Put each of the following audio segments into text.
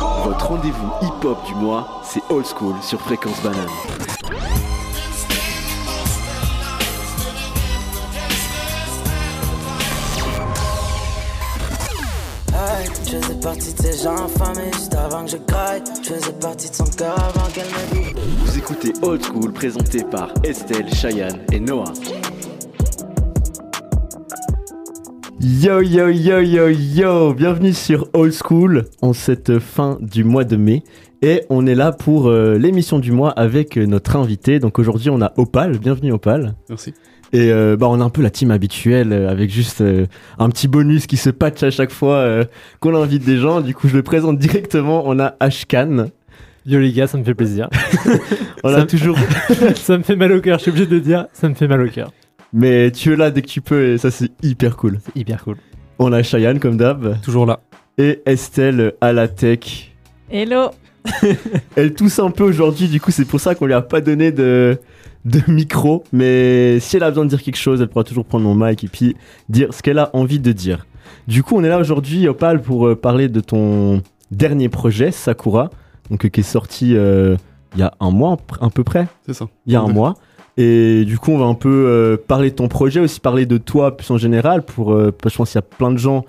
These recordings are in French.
rendez-vous hip-hop du mois, c'est Old School sur Fréquence Banane. Hey, Je faisais partie de ces gens infamés juste avant que je graille. Je faisais partie de son corps avant qu'elle me dise. Vous écoutez Old School présenté par Estelle, Cheyenne et Noah. Yo yo yo yo yo, bienvenue sur Old School en cette fin du mois de mai et on est là pour euh, l'émission du mois avec euh, notre invité. Donc aujourd'hui on a Opal, bienvenue Opal. Merci. Et euh, bah on a un peu la team habituelle euh, avec juste euh, un petit bonus qui se patche à chaque fois euh, qu'on invite des gens. Du coup je le présente directement, on a Ashkan. Yo les gars, ça me fait plaisir. On Ça a me- toujours ça me fait mal au cœur, je suis obligé de le dire, ça me fait mal au cœur. Mais tu es là dès que tu peux et ça c'est hyper cool. C'est hyper cool. On a Cheyenne comme d'hab Toujours là. et Estelle à la tech. Hello Elle tousse un peu aujourd'hui, du coup, c'est pour ça qu'on lui a pas donné de, de micro. Mais si elle a besoin de dire quelque chose, elle pourra toujours prendre mon mic et puis dire ce qu'elle a envie de dire. Du coup, on est là aujourd'hui, Opal, pour euh, parler de ton dernier projet, Sakura, donc, euh, qui est sorti euh, il y a un mois, pr- à peu près, C'est ça. il y a un Ouais. mois. Et du coup, on va un peu euh, parler de ton projet, aussi parler de toi plus en général, pour, euh, parce que je pense qu'il y a plein de gens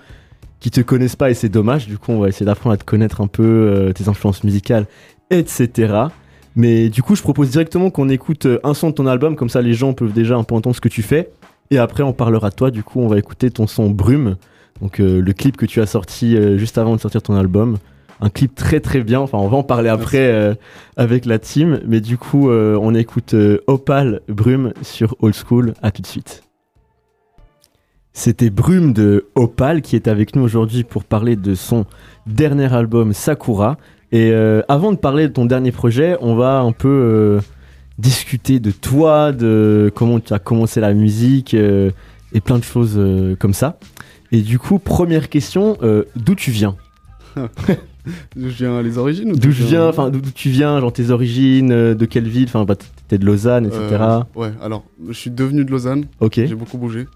qui te connaissent pas et c'est dommage. Du coup, on va essayer d'apprendre à te connaître un peu, euh, tes influences musicales, etc. Mais du coup, je propose directement qu'on écoute euh, un son de ton album, comme ça les gens peuvent déjà un peu entendre ce que tu fais. Et après, on parlera de toi. Du coup, on va écouter ton son Brume, donc euh, le clip que tu as sorti euh, juste avant de sortir ton album. Un clip très très bien. Enfin, on va en parler Merci. après euh, avec la team. Mais du coup, euh, on écoute euh, Opal Brume sur Old School. À tout de suite. C'était Brume de Opal qui est avec nous aujourd'hui pour parler de son dernier album Sakura. Et euh, avant de parler de ton dernier projet, on va un peu euh, discuter de toi, de comment tu as commencé la musique euh, et plein de choses euh, comme ça. Et du coup, première question, euh, d'où tu viens D'où je viens les origines ou D'où je viens Enfin, d'où d'où tu viens Genre tes origines, euh, de quelle ville Enfin, bah, t'es de Lausanne, etc. Euh, Ouais, alors, je suis devenu de Lausanne. Ok. J'ai beaucoup bougé.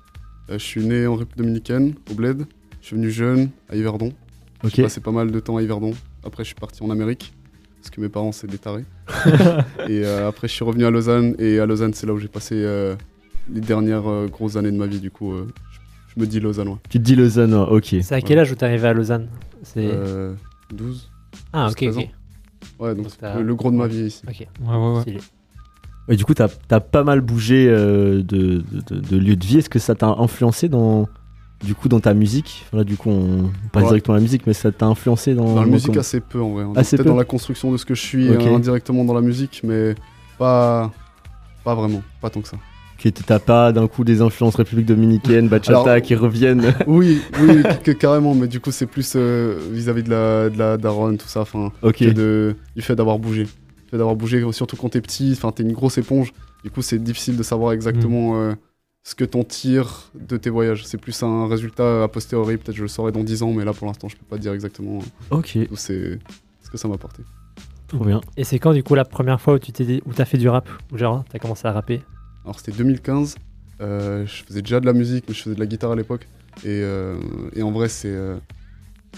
Euh, je suis né en République Dominicaine, au Bled. Je suis venu jeune à Yverdon. Ok. J'ai passé pas mal de temps à Yverdon. Après, je suis parti en Amérique. Parce que mes parents, c'est des tarés. et euh, après, je suis revenu à Lausanne. Et à Lausanne, c'est là où j'ai passé euh, les dernières euh, grosses années de ma vie. Du coup, euh, je, je me dis Lausannois. Tu te dis Lausanne, ouais, ok. C'est à quel âge où t'es arrivé à Lausanne C'est Euh, 12 Ah ok 13 ok. Ouais, donc Donc c'est t'as- le, le gros de ma vie ici. Ok. Ouais, ouais, ouais. stylé. Et du coup, t'as as pas mal bougé euh, de, de- de- de lieu de vie. Est-ce que ça t'a influencé dans, du coup, dans ta musique Enfin, Là, du coup, on parle Ouais. directement de la musique, mais ça t'a influencé dans. Dans la dans musique, comment- assez peu en vrai. Assez Peut-être peu dans la construction de ce que je suis Ok. hein, indirectement dans la musique, mais pas, pas vraiment, pas tant que ça. Que t'as pas d'un coup des influences République Dominicaine, Bachata Alors- qui reviennent. Oui, oui, que carrément, mais du coup, c'est plus euh, vis-à-vis de, la, de la daronne, tout ça, enfin, ok. que de, du fait d'avoir bougé. Du fait d'avoir bougé, surtout quand t'es petit, enfin, t'es une grosse éponge, du coup, c'est difficile de savoir exactement euh, ce que t'en tires de tes voyages. C'est plus un résultat a posteriori, peut-être je le saurai dans 10 ans, mais là, pour l'instant, je peux pas dire exactement euh, Ok. d'où c'est, ce que ça m'a apporté. Trop bien. Et c'est quand du coup la première fois où tu t'es dit- où t'as fait du rap ou genre t'as commencé à rapper Alors c'était 2015. euh, je faisais déjà de la musique, mais je faisais de la guitare à l'époque. Et, euh, et en vrai, c'est euh,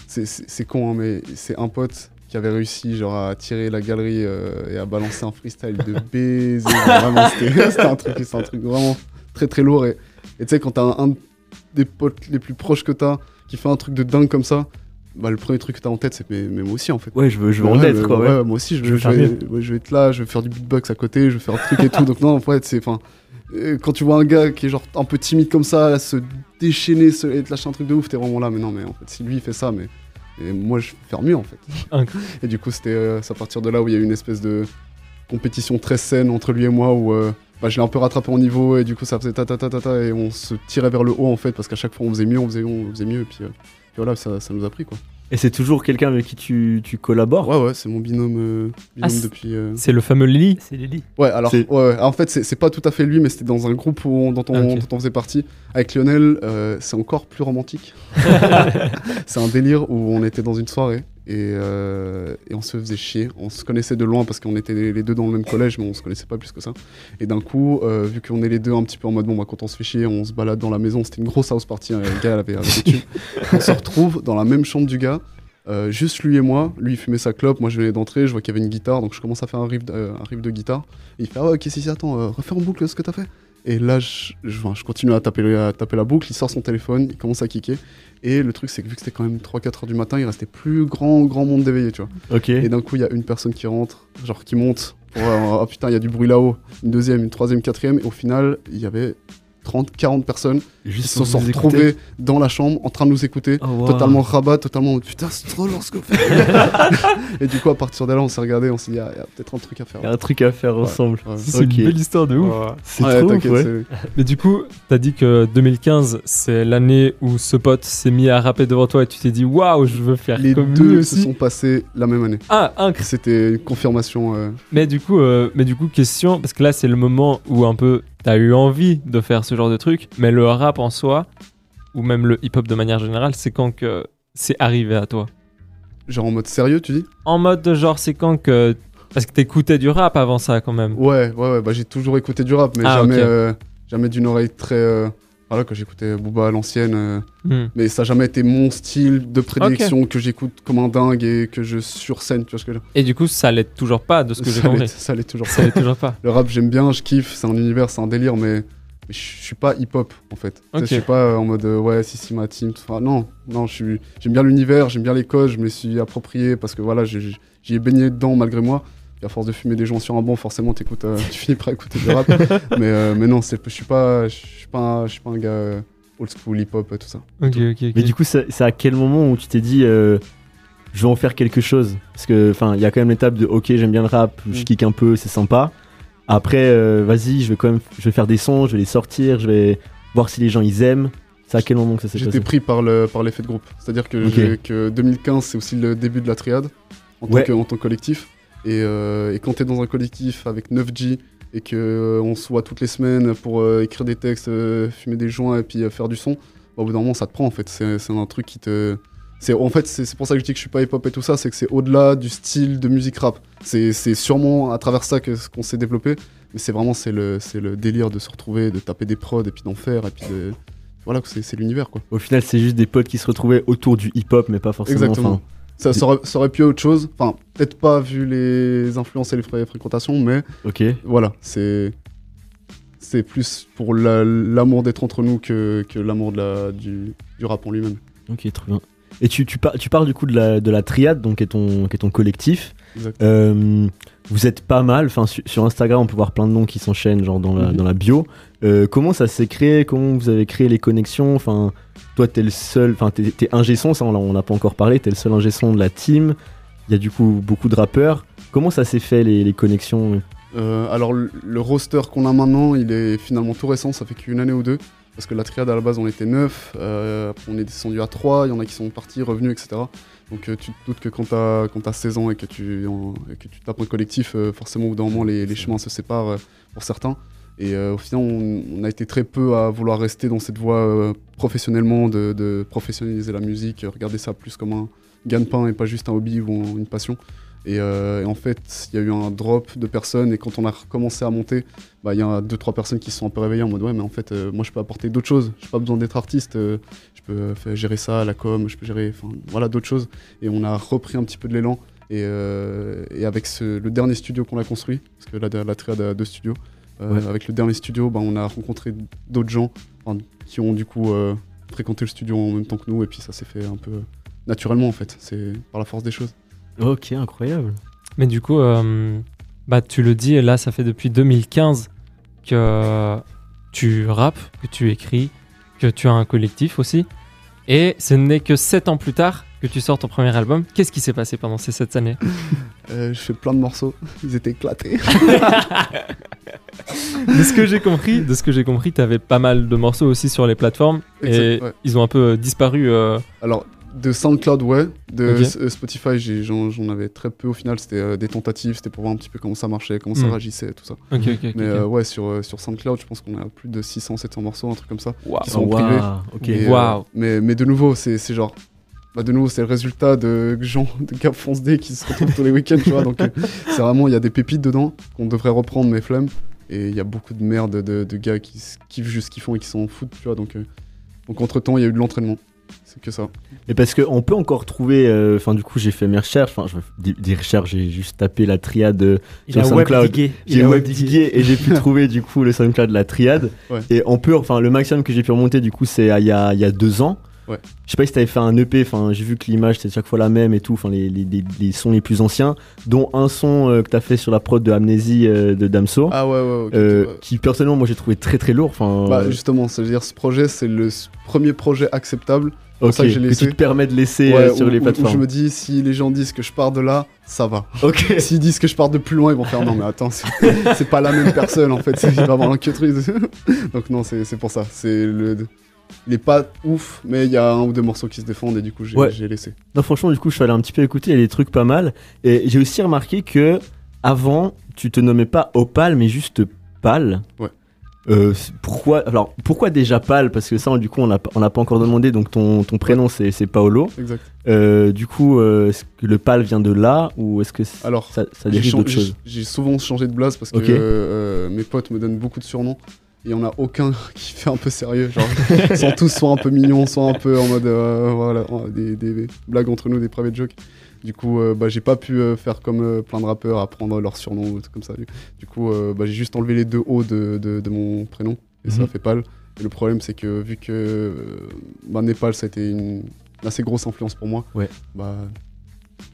c'est- c'est c'est con, hein, mais c'est un pote qui avait réussi genre à tirer la galerie euh, et à balancer un freestyle de baiser. vraiment, c'était c'était un truc, c'est un truc vraiment très très lourd. Et et tu sais, quand t'as un, un des potes les plus proches que t'as qui fait un truc de dingue comme ça, bah le premier truc que t'as en tête, c'est mais, mais moi aussi en fait. Ouais, je veux, je veux en Ouais, être mais quoi. ouais, Ouais. moi aussi, je, Je veux je faire vais, ouais, je vais être là, je vais faire du beatbox à côté, je vais faire un truc et tout. Donc, non, en fait, c'est. Enfin, euh, quand tu vois un gars qui est genre un peu timide comme ça, là, se déchaîner se, et te lâcher un truc de ouf, t'es vraiment là, mais non, mais en fait, si lui il fait ça, mais. Et moi, je vais faire mieux en fait. Incroyable. Et du coup, c'était euh, c'est à partir de là où il y a eu une espèce de compétition très saine entre lui et moi où euh, bah, je l'ai un peu rattrapé en niveau et du coup, ça faisait ta ta ta ta ta et on se tirait vers le haut en fait parce qu'à chaque fois on faisait mieux, on faisait, on faisait mieux et puis, euh, puis voilà, ça, ça nous a pris quoi. Et c'est toujours quelqu'un avec qui tu, tu collabores. Ouais, ouais, c'est mon binôme, euh, Oh. Ah, binôme c'est- depuis. euh, C'est le fameux Lily. C'est Lily. Ouais, alors, C'est- ouais, ouais. en fait, c'est c'est pas tout à fait lui, mais c'était dans un groupe où on- dont, on, Ah, ok. dont on faisait partie. Avec Lionel, euh, c'est encore plus romantique. c'est un délire où on était dans une soirée et, euh, et on se faisait chier. On se connaissait de loin parce qu'on était les deux dans le même collège, mais on se connaissait pas plus que ça. Et d'un coup, euh, vu qu'on est les deux un petit peu en mode, bon, bah, quand on se fait chier, on se balade dans la maison. C'était une grosse house party. hein, le gars elle avait, avait des tubes. on se retrouve dans la même chambre du gars. Euh, juste lui et moi, lui il fumait sa clope, moi je venais d'entrer, je vois qu'il y avait une guitare, donc je commence à faire un riff, de- euh, un riff de guitare. Et il fait Ah ouais, ok, si, si, attends, euh, refais en boucle ce que t'as fait. Et là, je, je, enfin, je continue à taper, à taper la boucle, il sort son téléphone, il commence à kicker. Et le truc, c'est que vu que c'était quand même 3-4 heures du matin, il restait plus grand, grand monde d'éveillé, tu vois. Ok. Et d'un coup, il y a une personne qui rentre, genre qui monte. Pour, voir, ah putain, il y a du bruit là-haut. Une deuxième, une troisième, quatrième. Et au final, il y avait 30, 40 personnes qui Juste se sont pour vous écouter. retrouvées dans la chambre en train de nous écouter. Oh, wow. Totalement rabat, totalement putain, c'est trop lourd ce qu'on fait. et du coup, à partir de là, on s'est regardé, on s'est dit, ah, il y a peut-être un truc à faire. Il y a un truc à faire ensemble. Ouais. C'est Ok. une belle histoire de ouf. Ouais. C'est Ouais, trop ouf, t'inquiète, ouais. c'est- Mais du coup, t'as dit que 2015, c'est l'année où ce pote s'est mis à rapper devant toi et tu t'es dit waouh, je veux faire Les comme lui deux se aussi. sont passés la même année. Ah, incroyable. C'était une confirmation. euh, Mais du coup, euh, mais du coup, question, parce que là, c'est le moment où un peu t'as eu envie de faire ce genre de truc, mais le rap en soi, ou même le hip-hop de manière générale, c'est quand que c'est arrivé à toi genre en mode sérieux, tu dis En mode de genre, c'est quand que parce que t'écoutais du rap avant ça quand même. Ouais, ouais, ouais, bah j'ai toujours écouté du rap, mais Ah, jamais, ok. euh, jamais d'une oreille très. euh, voilà, quand j'écoutais Booba à l'ancienne, euh, Hmm. mais ça n'a jamais été mon style de prédilection que j'écoute comme un dingue et que je surscène, tu vois ce que je veux dire Et du coup, ça l'est toujours pas de ce que j'ai Ça l'est- compris. Ça l'est toujours. Ça l'est toujours pas. Le rap, j'aime bien, je kiffe, c'est un univers, c'est un délire, mais, mais je suis pas hip-hop en fait. Tu sais, Ok. Je suis pas euh, en mode euh, ouais, si, si, ma team. Enfin, non, non, je suis- j'aime bien l'univers, j'aime bien les codes, je me suis approprié parce que voilà, j'ai- j'ai- j'y ai baigné dedans malgré moi. Et à force de fumer des joints sur un banc, forcément, t'écoutes, euh, tu finis par écouter du rap. mais, euh, mais non, c'est- je suis pas, je suis pas, un- je suis pas un gars euh, old school, hip-hop, euh, tout ça. Ok, ok, ok. Mais du coup, c'est c'est à quel moment où tu t'es dit, euh, je vais en faire quelque chose Parce que, enfin, il y a quand même l'étape de, ok, j'aime bien le rap, je Mm. kick un peu, c'est sympa. Après, euh, vas-y, je vais quand même, je vais faire des sons, je vais les sortir, je vais voir si les gens ils aiment. C'est à quel moment que ça s'est J'étais passé pris par le par l'effet de groupe. C'est-à-dire que, Ok. j'ai- que 2015, c'est aussi le début de la triade en, Ouais. tant, que, en tant que collectif. Et, euh, et quand t'es dans un collectif avec 9G et que euh, on se voit toutes les semaines pour euh, écrire des textes, euh, fumer des joints et puis euh, faire du son, bah, au bout d'un moment, ça te prend en fait. C'est c'est un truc qui te. c'est- En fait, c'est c'est pour ça que je dis que je suis pas hip-hop et tout ça, c'est que c'est au-delà du style de musique rap. C'est c'est sûrement à travers ça que ce qu'on s'est développé, mais c'est vraiment c'est le, c'est le délire de se retrouver, de taper des prods et puis d'en faire et puis de... Voilà, c'est c'est l'univers quoi. Au final, c'est juste des potes qui se retrouvaient autour du hip-hop, mais pas forcément. Exactement. enfin, Ça, ça aurait, ça aurait pu être autre chose. Enfin, peut-être pas vu les influences et les fré- fréquentations, mais Ok. voilà, c'est. C'est plus pour la- l'amour d'être entre nous que, que l'amour de la- du, du rap en lui-même. Ok, trop bien. Et tu, tu, par- tu parles du coup de la, de la triade, donc qui est ton, qui est ton collectif. Exact. Euh, vous êtes pas mal, enfin su- sur Instagram on peut voir plein de noms qui s'enchaînent genre dans la, Mhm. dans la bio. Euh, comment ça s'est créé Comment vous avez créé les connexions Enfin, toi t'es le seul, enfin t'es t'es ingé son, ça on l'a- on l'a pas encore parlé, t'es le seul ingé son de la team. Il y a du coup beaucoup de rappeurs. Comment ça s'est fait les, les connexions Euh, alors, le, le roster qu'on a maintenant, il est finalement tout récent, ça fait qu'une année ou deux. Parce que la triade à la base, on était neuf, euh, après, on est descendu à trois, il y en a qui sont partis, revenus, etc. Donc euh, tu te doutes que quand t'as quand t'as 16 ans et que tu, en- et que tu tapes un collectif, euh, forcément au bout d'un moment les, les chemins se séparent euh, pour certains. Et euh, au final, on, on a été très peu à vouloir rester dans cette voie euh, professionnellement, de, de professionnaliser la musique, euh, regarder ça plus comme un gagne-pain et pas juste un hobby ou un- une passion. Et, euh, et en fait, il y a eu un drop de personnes et quand on a recommencé à monter, bah, il y a deux trois personnes qui se sont un peu réveillées en mode ouais mais en fait euh, moi je peux apporter d'autres choses, j'ai pas besoin d'être artiste, euh, je peux euh, faire- gérer ça, la com, je peux gérer enfin voilà d'autres choses et on a repris un petit peu de l'élan. Et, euh, et avec ce- le dernier studio qu'on a construit, parce que la, la triade a deux studios, euh, Ouais. avec le dernier studio, bah, on a rencontré d'autres gens enfin, qui ont du coup euh, fréquenté le studio en même temps que nous, et puis ça s'est fait un peu euh, naturellement en fait, c'est par la force des choses. Ok, incroyable. Mais du coup, euh, bah, tu le dis, et là, ça fait depuis 2015 que tu rappes, que tu écris, que tu as un collectif aussi. Et ce n'est que 7 ans plus tard que tu sors ton premier album. Qu'est-ce qui s'est passé pendant ces 7 années Euh, je fais plein de morceaux, ils étaient éclatés. De ce que j'ai compris, de ce que j'ai compris, t'avais pas mal de morceaux aussi sur les plateformes et Exact, ouais. ils ont un peu euh, disparu. euh, Alors, de SoundCloud, ouais. De Ok. S- euh, Spotify, j'ai- j'en j'en avais très peu au final. C'était euh, des tentatives, c'était pour voir un petit peu comment ça marchait, comment ça Mm. réagissait, tout ça. Ok, ok, ok, Mais ok. euh, ouais, sur, euh, sur SoundCloud, je pense qu'on a plus de 600-700 morceaux, un truc comme ça. Waouh. qui sont en privé. ok. Et, euh, Waouh. mais, mais de nouveau, c'est c'est genre. Bah de nouveau, c'est le résultat de gens de Cap Fonce D qui se retrouvent tous les week-ends, tu vois. Donc, euh, c'est vraiment, il y a des pépites dedans qu'on devrait reprendre, mais flemmes. Et il y a beaucoup de merde de, de gars qui s- kiffent juste ce qu'ils font et qui s'en foutent, tu vois. Donc, euh, donc entre temps, il y a eu de l'entraînement. C'est que ça. Mais parce qu'on peut encore trouver. euh, Enfin, du coup, j'ai fait mes recherches. Enfin, je dis- dis recherches, j'ai juste tapé la triade. euh, Il Sur a SoundCloud. webdigué. Il J'ai a webdigué et j'ai pu trouver du coup le SoundCloud de la triade. Ouais. Et on peut, enfin, le maximum que j'ai pu remonter du coup, c'est à il y a, il y a deux ans. Ouais. Je sais pas si t'avais fait un EP. Enfin, j'ai vu que l'image c'était chaque fois la même et tout. Enfin, les, les- les- les sons les plus anciens, dont un son euh, que t'as fait sur la prod de Amnésie euh, de Damso, Ah ouais, ouais, ok. euh, ouais. qui personnellement moi j'ai trouvé très très lourd. Enfin, Bah, euh, justement, c'est-à-dire ce projet, c'est le s- premier projet acceptable. ok, ça que j'ai laissé. tu te permets de laisser Ouais, euh, sur où- les où- où je plateformes. me dis, si les gens disent que je pars de là, ça va. Ok. S'ils disent que je pars de plus loin, ils vont faire non, mais attends, c'est c'est pas la même personne en fait, c'est va avoir un truc. Donc, non, c'est c'est pour ça. C'est le. Il est pas ouf, mais il y a un ou deux morceaux qui se défendent et du coup, j'ai Ouais. j'ai laissé. Non, franchement, du coup, je suis allé un petit peu écouter, il y a des trucs pas mal. Et j'ai aussi remarqué que avant, tu te nommais pas Opal, mais juste Pal. Ouais. Euh, c'est- pourquoi, alors, pourquoi déjà Pal Parce que ça, on- du coup, on l'a pas- on l'a pas encore demandé, donc ton, ton prénom, c'est c'est Paolo. Exact. Euh, du coup, euh, est-ce que le Pal vient de là ou est-ce que c- Alors, ça, ça J'ai dérive chan- d'autre j'ai- chose J'ai souvent changé de blase parce que Ok. euh, mes potes me donnent beaucoup de surnoms. Il y en a aucun qui fait un peu sérieux. Genre, ils sont tous soit un peu mignons, soit un peu en mode euh, voilà, euh, des, des blagues entre nous, des private jokes. Du coup, euh, bah, j'ai pas pu euh, faire comme euh, plein de rappeurs à prendre leurs surnoms ou des trucs comme ça. Du, du coup, euh, bah, j'ai juste enlevé les deux O de, de- de mon prénom et ça Mhm. fait pâle. Et le problème, c'est que vu que euh, bah, Népal, ça a été une assez grosse influence pour moi, Ouais. bah,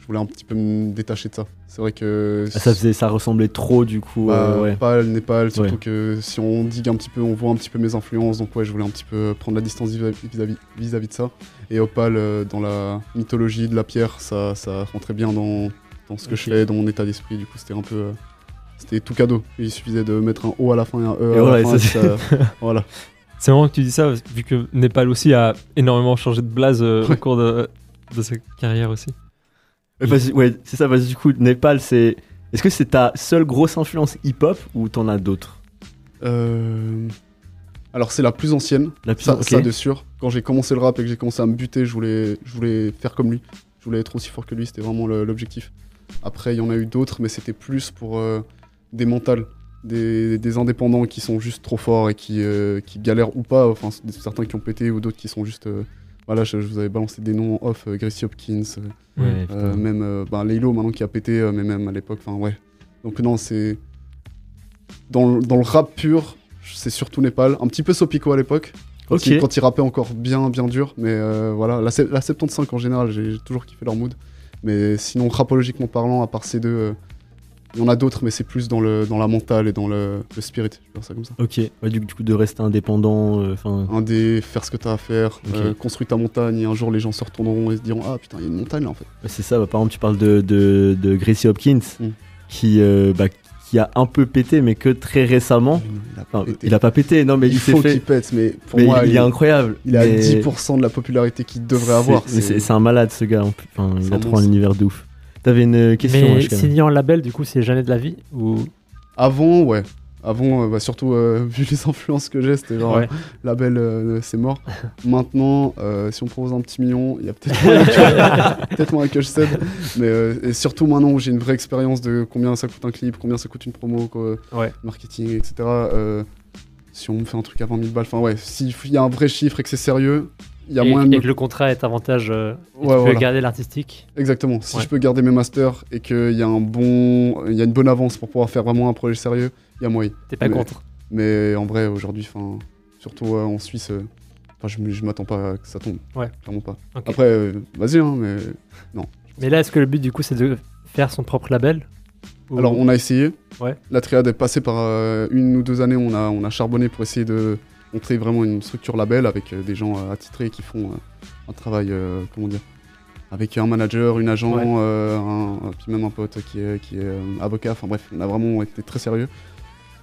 je voulais un petit peu me détacher de ça. C'est vrai que. Ah, ça, faisait, ça ressemblait trop, du coup. Bah, euh, ouais. Pâle, Népal, surtout Ouais. que si on digue un petit peu, on voit un petit peu mes influences, donc ouais, je voulais un petit peu prendre la distance vis-à-vis vis-à-vis- vis-à-vis de ça. Et Opal, euh, dans la mythologie de la pierre, ça, ça rentrait bien dans, dans ce que je Ok. fais, dans mon état d'esprit, du coup c'était un peu... euh, c'était tout cadeau, il suffisait de mettre un O à la fin et un E à Et la voilà, fin. et ça, ça- voilà. C'est marrant que tu dis ça, parce- vu que Népal aussi a énormément changé de blase euh, au Ouais. cours de, de sa carrière aussi. euh, Ouais, vas-y, ouais, c'est ça, vas-y, du coup, Népal, c'est. Est-ce que c'est ta seule grosse influence hip-hop ou t'en as d'autres Euh, Alors c'est la plus ancienne, La ça, puissance- ça ok. de sûr. Quand j'ai commencé le rap et que j'ai commencé à me buter, je voulais, je voulais faire comme lui. Je voulais être aussi fort que lui, c'était vraiment le- l'objectif. Après, il y en a eu d'autres, mais c'était plus pour euh, des mentales, des, des indépendants qui sont juste trop forts et qui, euh, qui galèrent ou pas. Enfin, c- certains qui ont pété ou d'autres qui sont juste. euh, voilà, je, je vous avais balancé des noms en off, euh, Gracie Hopkins, euh, Ouais, putain. euh, même euh, ben, Laylo maintenant qui a pété, euh, mais même à l'époque, enfin ouais. Donc non, c'est dans, le- dans le rap pur, c'est surtout Népal, un petit peu Sopico à l'époque. Quand, Ok. il, quand il rappait encore bien bien dur, mais euh, voilà, la, se- la 75 en général, j'ai j'ai toujours kiffé leur mood. Mais sinon rapologiquement parlant, à part ces deux, euh, il y en a d'autres, mais c'est plus dans le dans la mentale et dans le, le spirit, je vais dire ça comme ça. Ok, ouais, du, du coup de rester indépendant, euh, enfin... Un des faire ce que t'as à faire, Ok. euh, construis ta montagne et un jour les gens se retourneront et se diront ah putain il y a une montagne là en fait. ouais, c'est ça, bah, par exemple tu parles de, de, de Gracie Hopkins, Mm. qui, euh, bah, qui a un peu pété, mais que très récemment... Il a Enfin, pété. il a pas pété, non, mais il, il s'est faut fait... qu'il pète, mais pour mais moi, il, il, est incroyable. il a mais 10% de la popularité qu'il devrait c'est- avoir. mais C'est c'est un malade ce gars, en plus. Enfin, C'est il a un trop un monstre. univers de ouf. T'avais une euh, question, Mais Wesh, quand même. signé en label, du coup, c'est jamais de la vie ou Avant, ouais. Avant, euh, bah, surtout euh, vu les influences que j'ai, c'était genre Ouais. label, euh, c'est mort. Maintenant, euh, si on propose un petit million, il y a peut-être moyen que, peut-être moyen que je cède. Mais euh, et surtout maintenant où j'ai une vraie expérience de combien ça coûte un clip, combien ça coûte une promo, quoi, Ouais. marketing, etc. euh, si on me fait un truc à 20 000 balles, enfin ouais, s'il y a un vrai chiffre et que c'est sérieux, il y a et, moyen de et me que le contrat est avantage. euh, et tu Ouais, peux voilà. garder l'artistique. Exactement. Si Ouais. je peux garder mes masters et qu'il y a un bon, il y a une bonne avance pour pouvoir faire vraiment un projet sérieux, il y a moyen. T'es pas Mais- contre. Mais en vrai, aujourd'hui, enfin, surtout euh, en Suisse, euh, enfin, je, m- je m'attends pas à que ça tombe. Ouais. Clairement pas. Ok. Après, euh, vas-y, hein, mais Mais là, est-ce que le but du coup, c'est de faire son propre label Ou- Alors on a essayé. Ouais. La triade est passée par euh, une ou deux années. On a, on a charbonné pour essayer de montrer vraiment une structure label avec euh, des gens euh, attitrés qui font euh, un travail, euh, comment dire, avec un manager, une agent, Ouais. euh, un- un- puis même un pote qui est, qui est euh, avocat. Enfin bref, on a vraiment été très sérieux.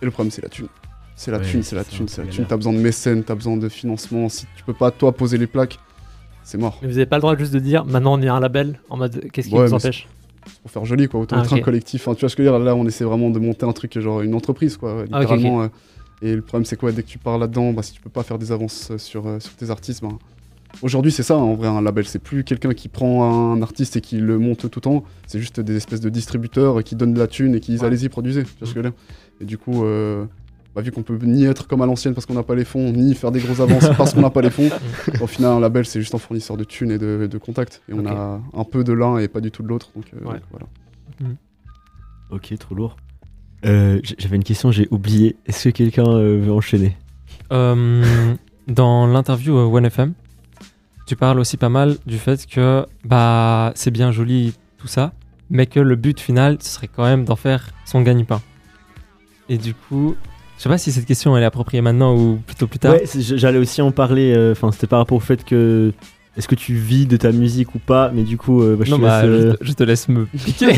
Et le problème, c'est la thune. C'est la Ouais, thune, c'est la c'est un thune, peu c'est la thune. galère. T'as besoin de mécènes, t'as besoin de financement. Si tu peux pas toi poser les plaques, c'est mort. Mais vous avez pas le droit juste de dire maintenant on est un label en mode qu'est-ce qui Ouais, nous mais empêche pour faire joli quoi, autant Ah, être ok. un collectif. Enfin, tu vois ce que je veux dire Là, on essaie vraiment de monter un truc genre une entreprise quoi, Ah, ok, ok. littéralement. euh, et le problème c'est quoi Dès que tu pars là-dedans, bah, si tu peux pas faire des avances euh, sur, euh, sur tes artistes, ben, aujourd'hui c'est ça hein, en vrai un label. C'est plus quelqu'un qui prend un artiste et qui le monte tout le temps. C'est juste des espèces de distributeurs qui donnent de la thune et qui disent Ouais. allez-y produisez. Tu vois ce que je veux dire Et du coup, euh, bah, vu qu'on peut ni être comme à l'ancienne parce qu'on n'a pas les fonds, ni faire des grosses avances parce qu'on n'a pas les fonds, au final, un label, c'est juste un fournisseur de thunes et de, de contacts. Et on Ok. a un peu de l'un et pas du tout de l'autre. Donc, euh, Ouais. donc voilà. Ok, trop lourd. Euh, j- J'avais une question, j'ai oublié. Est-ce que quelqu'un euh, veut enchaîner Euh, dans l'interview euh, 1FM, tu parles aussi pas mal du fait que bah c'est bien joli tout ça, mais que le but final ce serait quand même d'en faire son gagne-pain. Et du coup, je sais pas si cette question elle est appropriée maintenant ou plutôt plus tard. Ouais, c'est- j- j'allais aussi en parler. euh, Enfin, c'était par rapport au fait que. Est-ce que tu vis de ta musique ou pas Mais du coup, euh, bah, je non, te bah, laisse, euh, je, te, je te laisse me piquer.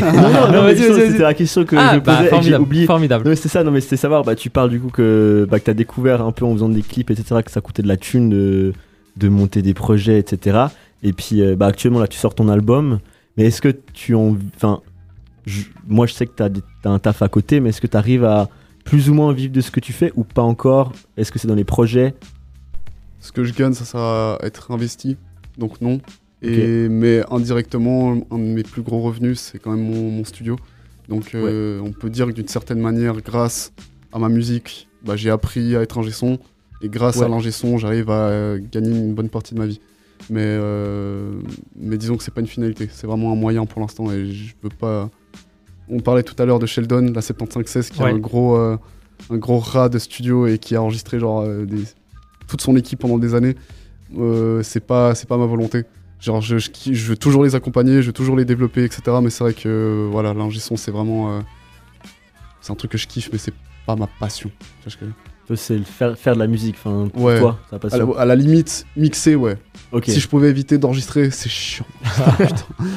Non, non, non, Non, mais vas-y, justement, vas-y, vas-y. c'était la question que ah, je bah, posais et que j'ai formidable, oublié. formidable. Non, mais c'est ça, non, mais c'était savoir, bah, tu parles du coup que, bah, que t'as découvert un peu en faisant des clips, etc., que ça coûtait de la thune de, de monter des projets, etc. Et puis, euh, bah, actuellement, là, tu sors ton album, mais est-ce que tu en. Enfin, je- moi, je sais que t'as, des- t'as un taf à côté, mais est-ce que t'arrives à plus ou moins vivre de ce que tu fais ou pas encore Est-ce que c'est dans les projets Ce que je gagne, ça sert à être investi, donc non. Et, Mais indirectement, un de mes plus gros revenus, c'est quand même mon, mon studio. Donc euh, on peut dire que d'une certaine manière, grâce à ma musique, bah, j'ai appris à être ingé son. Et grâce Ouais. à l'ingé son, j'arrive à euh, gagner une bonne partie de ma vie. Mais, euh, mais disons que c'est pas une finalité, c'est vraiment un moyen pour l'instant et je veux pas. On parlait tout à l'heure de Sheldon, la 7516, qui Ouais. a un gros, euh, un gros rat de studio et qui a enregistré genre euh, des, toute son équipe pendant des années. Euh, c'est pas, c'est pas ma volonté. Genre, je, je, qui- je veux toujours les accompagner, je veux toujours les développer, etc. Mais c'est vrai que euh, voilà, l'ingé son, c'est vraiment, euh, c'est un truc que je kiffe, mais c'est pas ma passion. Tu vois ce que je veux dire C'est le faire, faire de la musique, enfin, pour Ouais. toi, ça passe. À la, à la limite, mixer, ouais. Ok. Si je pouvais éviter d'enregistrer, c'est chiant. Putain.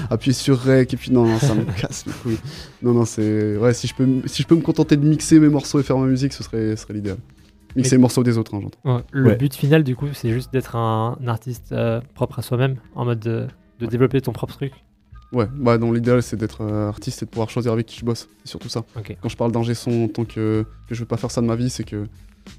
Appuyer sur rec et puis non, non, ça me casse les couilles. Non, non, c'est ouais. Si je peux, m- si je peux me contenter de mixer mes morceaux et faire ma musique, ce serait, ce serait l'idéal. Mixer les morceaux des autres, hein, j'entends. Ouais. Le Ouais. but final, du coup, c'est juste d'être un, un artiste euh, propre à soi-même, en mode de, de développer ton propre truc. Ouais, bah non, l'idéal c'est d'être euh, artiste et de pouvoir choisir avec qui je bosse. C'est surtout ça. Ok. Quand je parle d'ingé son en tant que, que je veux pas faire ça de ma vie, c'est que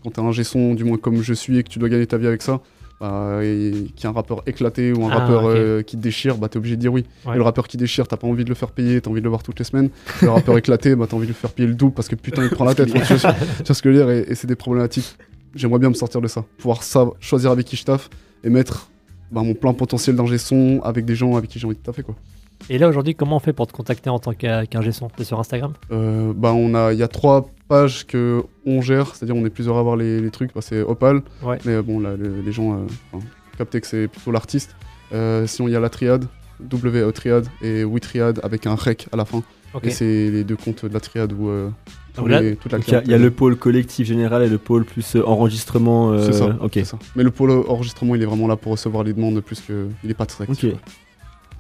quand t'es ingé son, du moins comme je suis, et que tu dois gagner ta vie avec ça, bah, et qu'il y a un rappeur éclaté ou un Ah, rappeur ok. euh, qui te déchire, bah t'es obligé de dire oui. Ouais. Et le rappeur qui déchire, t'as pas envie de le faire payer, t'as envie de le voir toutes les semaines. Le rappeur éclaté, bah t'as envie de le faire payer le double parce que putain il te prend la tête. tu, vois, ce que- tu vois ce que je veux dire Et, et c'est des problématiques. J'aimerais bien me sortir de ça. Pouvoir ça, choisir avec qui je taffe et mettre bah, mon plein potentiel d'ingé son avec des gens avec qui j'ai envie de taffer quoi. Et là, aujourd'hui, comment on fait pour te contacter en tant qu'a- qu'ingé son T'es sur Instagram Euh, bah on a il y a trois pages que on gère c'est à dire on est plusieurs à avoir les, les trucs bah, c'est Opal Ouais. mais euh, bon là le- les gens euh, enfin, captez que c'est plutôt l'artiste Euh, sinon il y a la triade WO triade et We triade avec un rec à la fin Ok. et c'est les deux comptes de la triade où euh, tous Donc là, les- toute la Donc, il y a- il y, a clientèle- le pôle collectif général et le pôle plus euh, enregistrement. euh, c'est ça, Ok. c'est ça. mais le pôle enregistrement il est vraiment là pour recevoir les demandes plus que il est pas très actif Ok. quoi.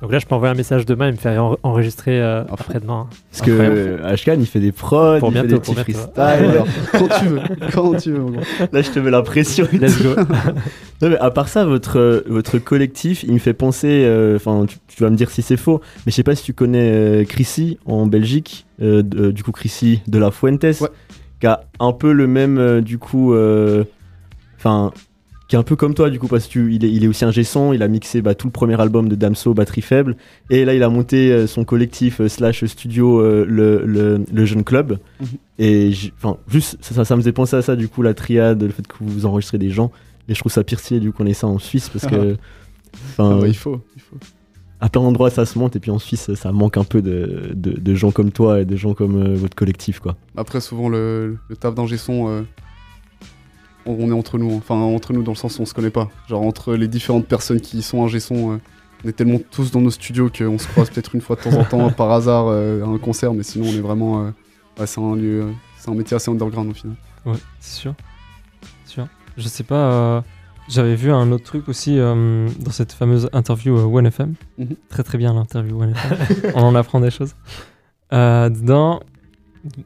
Donc là, je peux envoyer un message demain et me faire en- enregistrer euh, Ah, fou. après-demain. Parce que euh, Ashkan, il fait des prods, Pour il bientôt, fait pour des petits bientôt. freestyles. quand tu veux quand tu veux mon gars. Là, je te mets la pression. Let's go. Non, mais à part ça, votre, euh, votre collectif, il me fait penser. euh, Enfin, tu, tu vas me dire si c'est faux, mais je sais pas si tu connais euh, Chrissy en Belgique. euh, d- euh, du coup, Chrissy de la Fuentes, Ouais. qui a un peu le même. euh, du coup. euh, Enfin. qui est un peu comme toi du coup parce que tu- il est, il est aussi un son, il a mixé bah, tout le premier album de Damso, Batterie Faible, et là il a monté euh, son collectif euh, slash studio euh, le, le, le Jeune Club. Mhm. Et j'- enfin juste ça, ça, ça me faisait penser à ça du coup la triade, le fait que vous enregistrez des gens, et je trouve ça pire du coup on est ça en Suisse parce que Ah enfin bah, il faut il faut à plein d'endroits ça se monte et puis en Suisse ça manque un peu de, de, de gens comme toi et de gens comme euh, votre collectif quoi. Après, souvent, le, le taf d'ingé son, euh, on, on est entre nous. hein. Enfin, entre nous, dans le sens où on se connaît pas. Genre, entre les différentes personnes qui sont ingé son, euh, on est tellement tous dans nos studios qu'on se croise peut-être une fois de temps en temps par hasard euh, à un concert, mais sinon, on est vraiment. euh, ouais, c'est un lieu. euh, c'est un métier assez underground au final. Ouais, c'est sûr. C'est sûr. Je sais pas, euh, j'avais vu un autre truc aussi euh, dans cette fameuse interview euh, 1FM. Mhm. Très très bien l'interview 1FM. On en apprend des choses. Euh, dedans,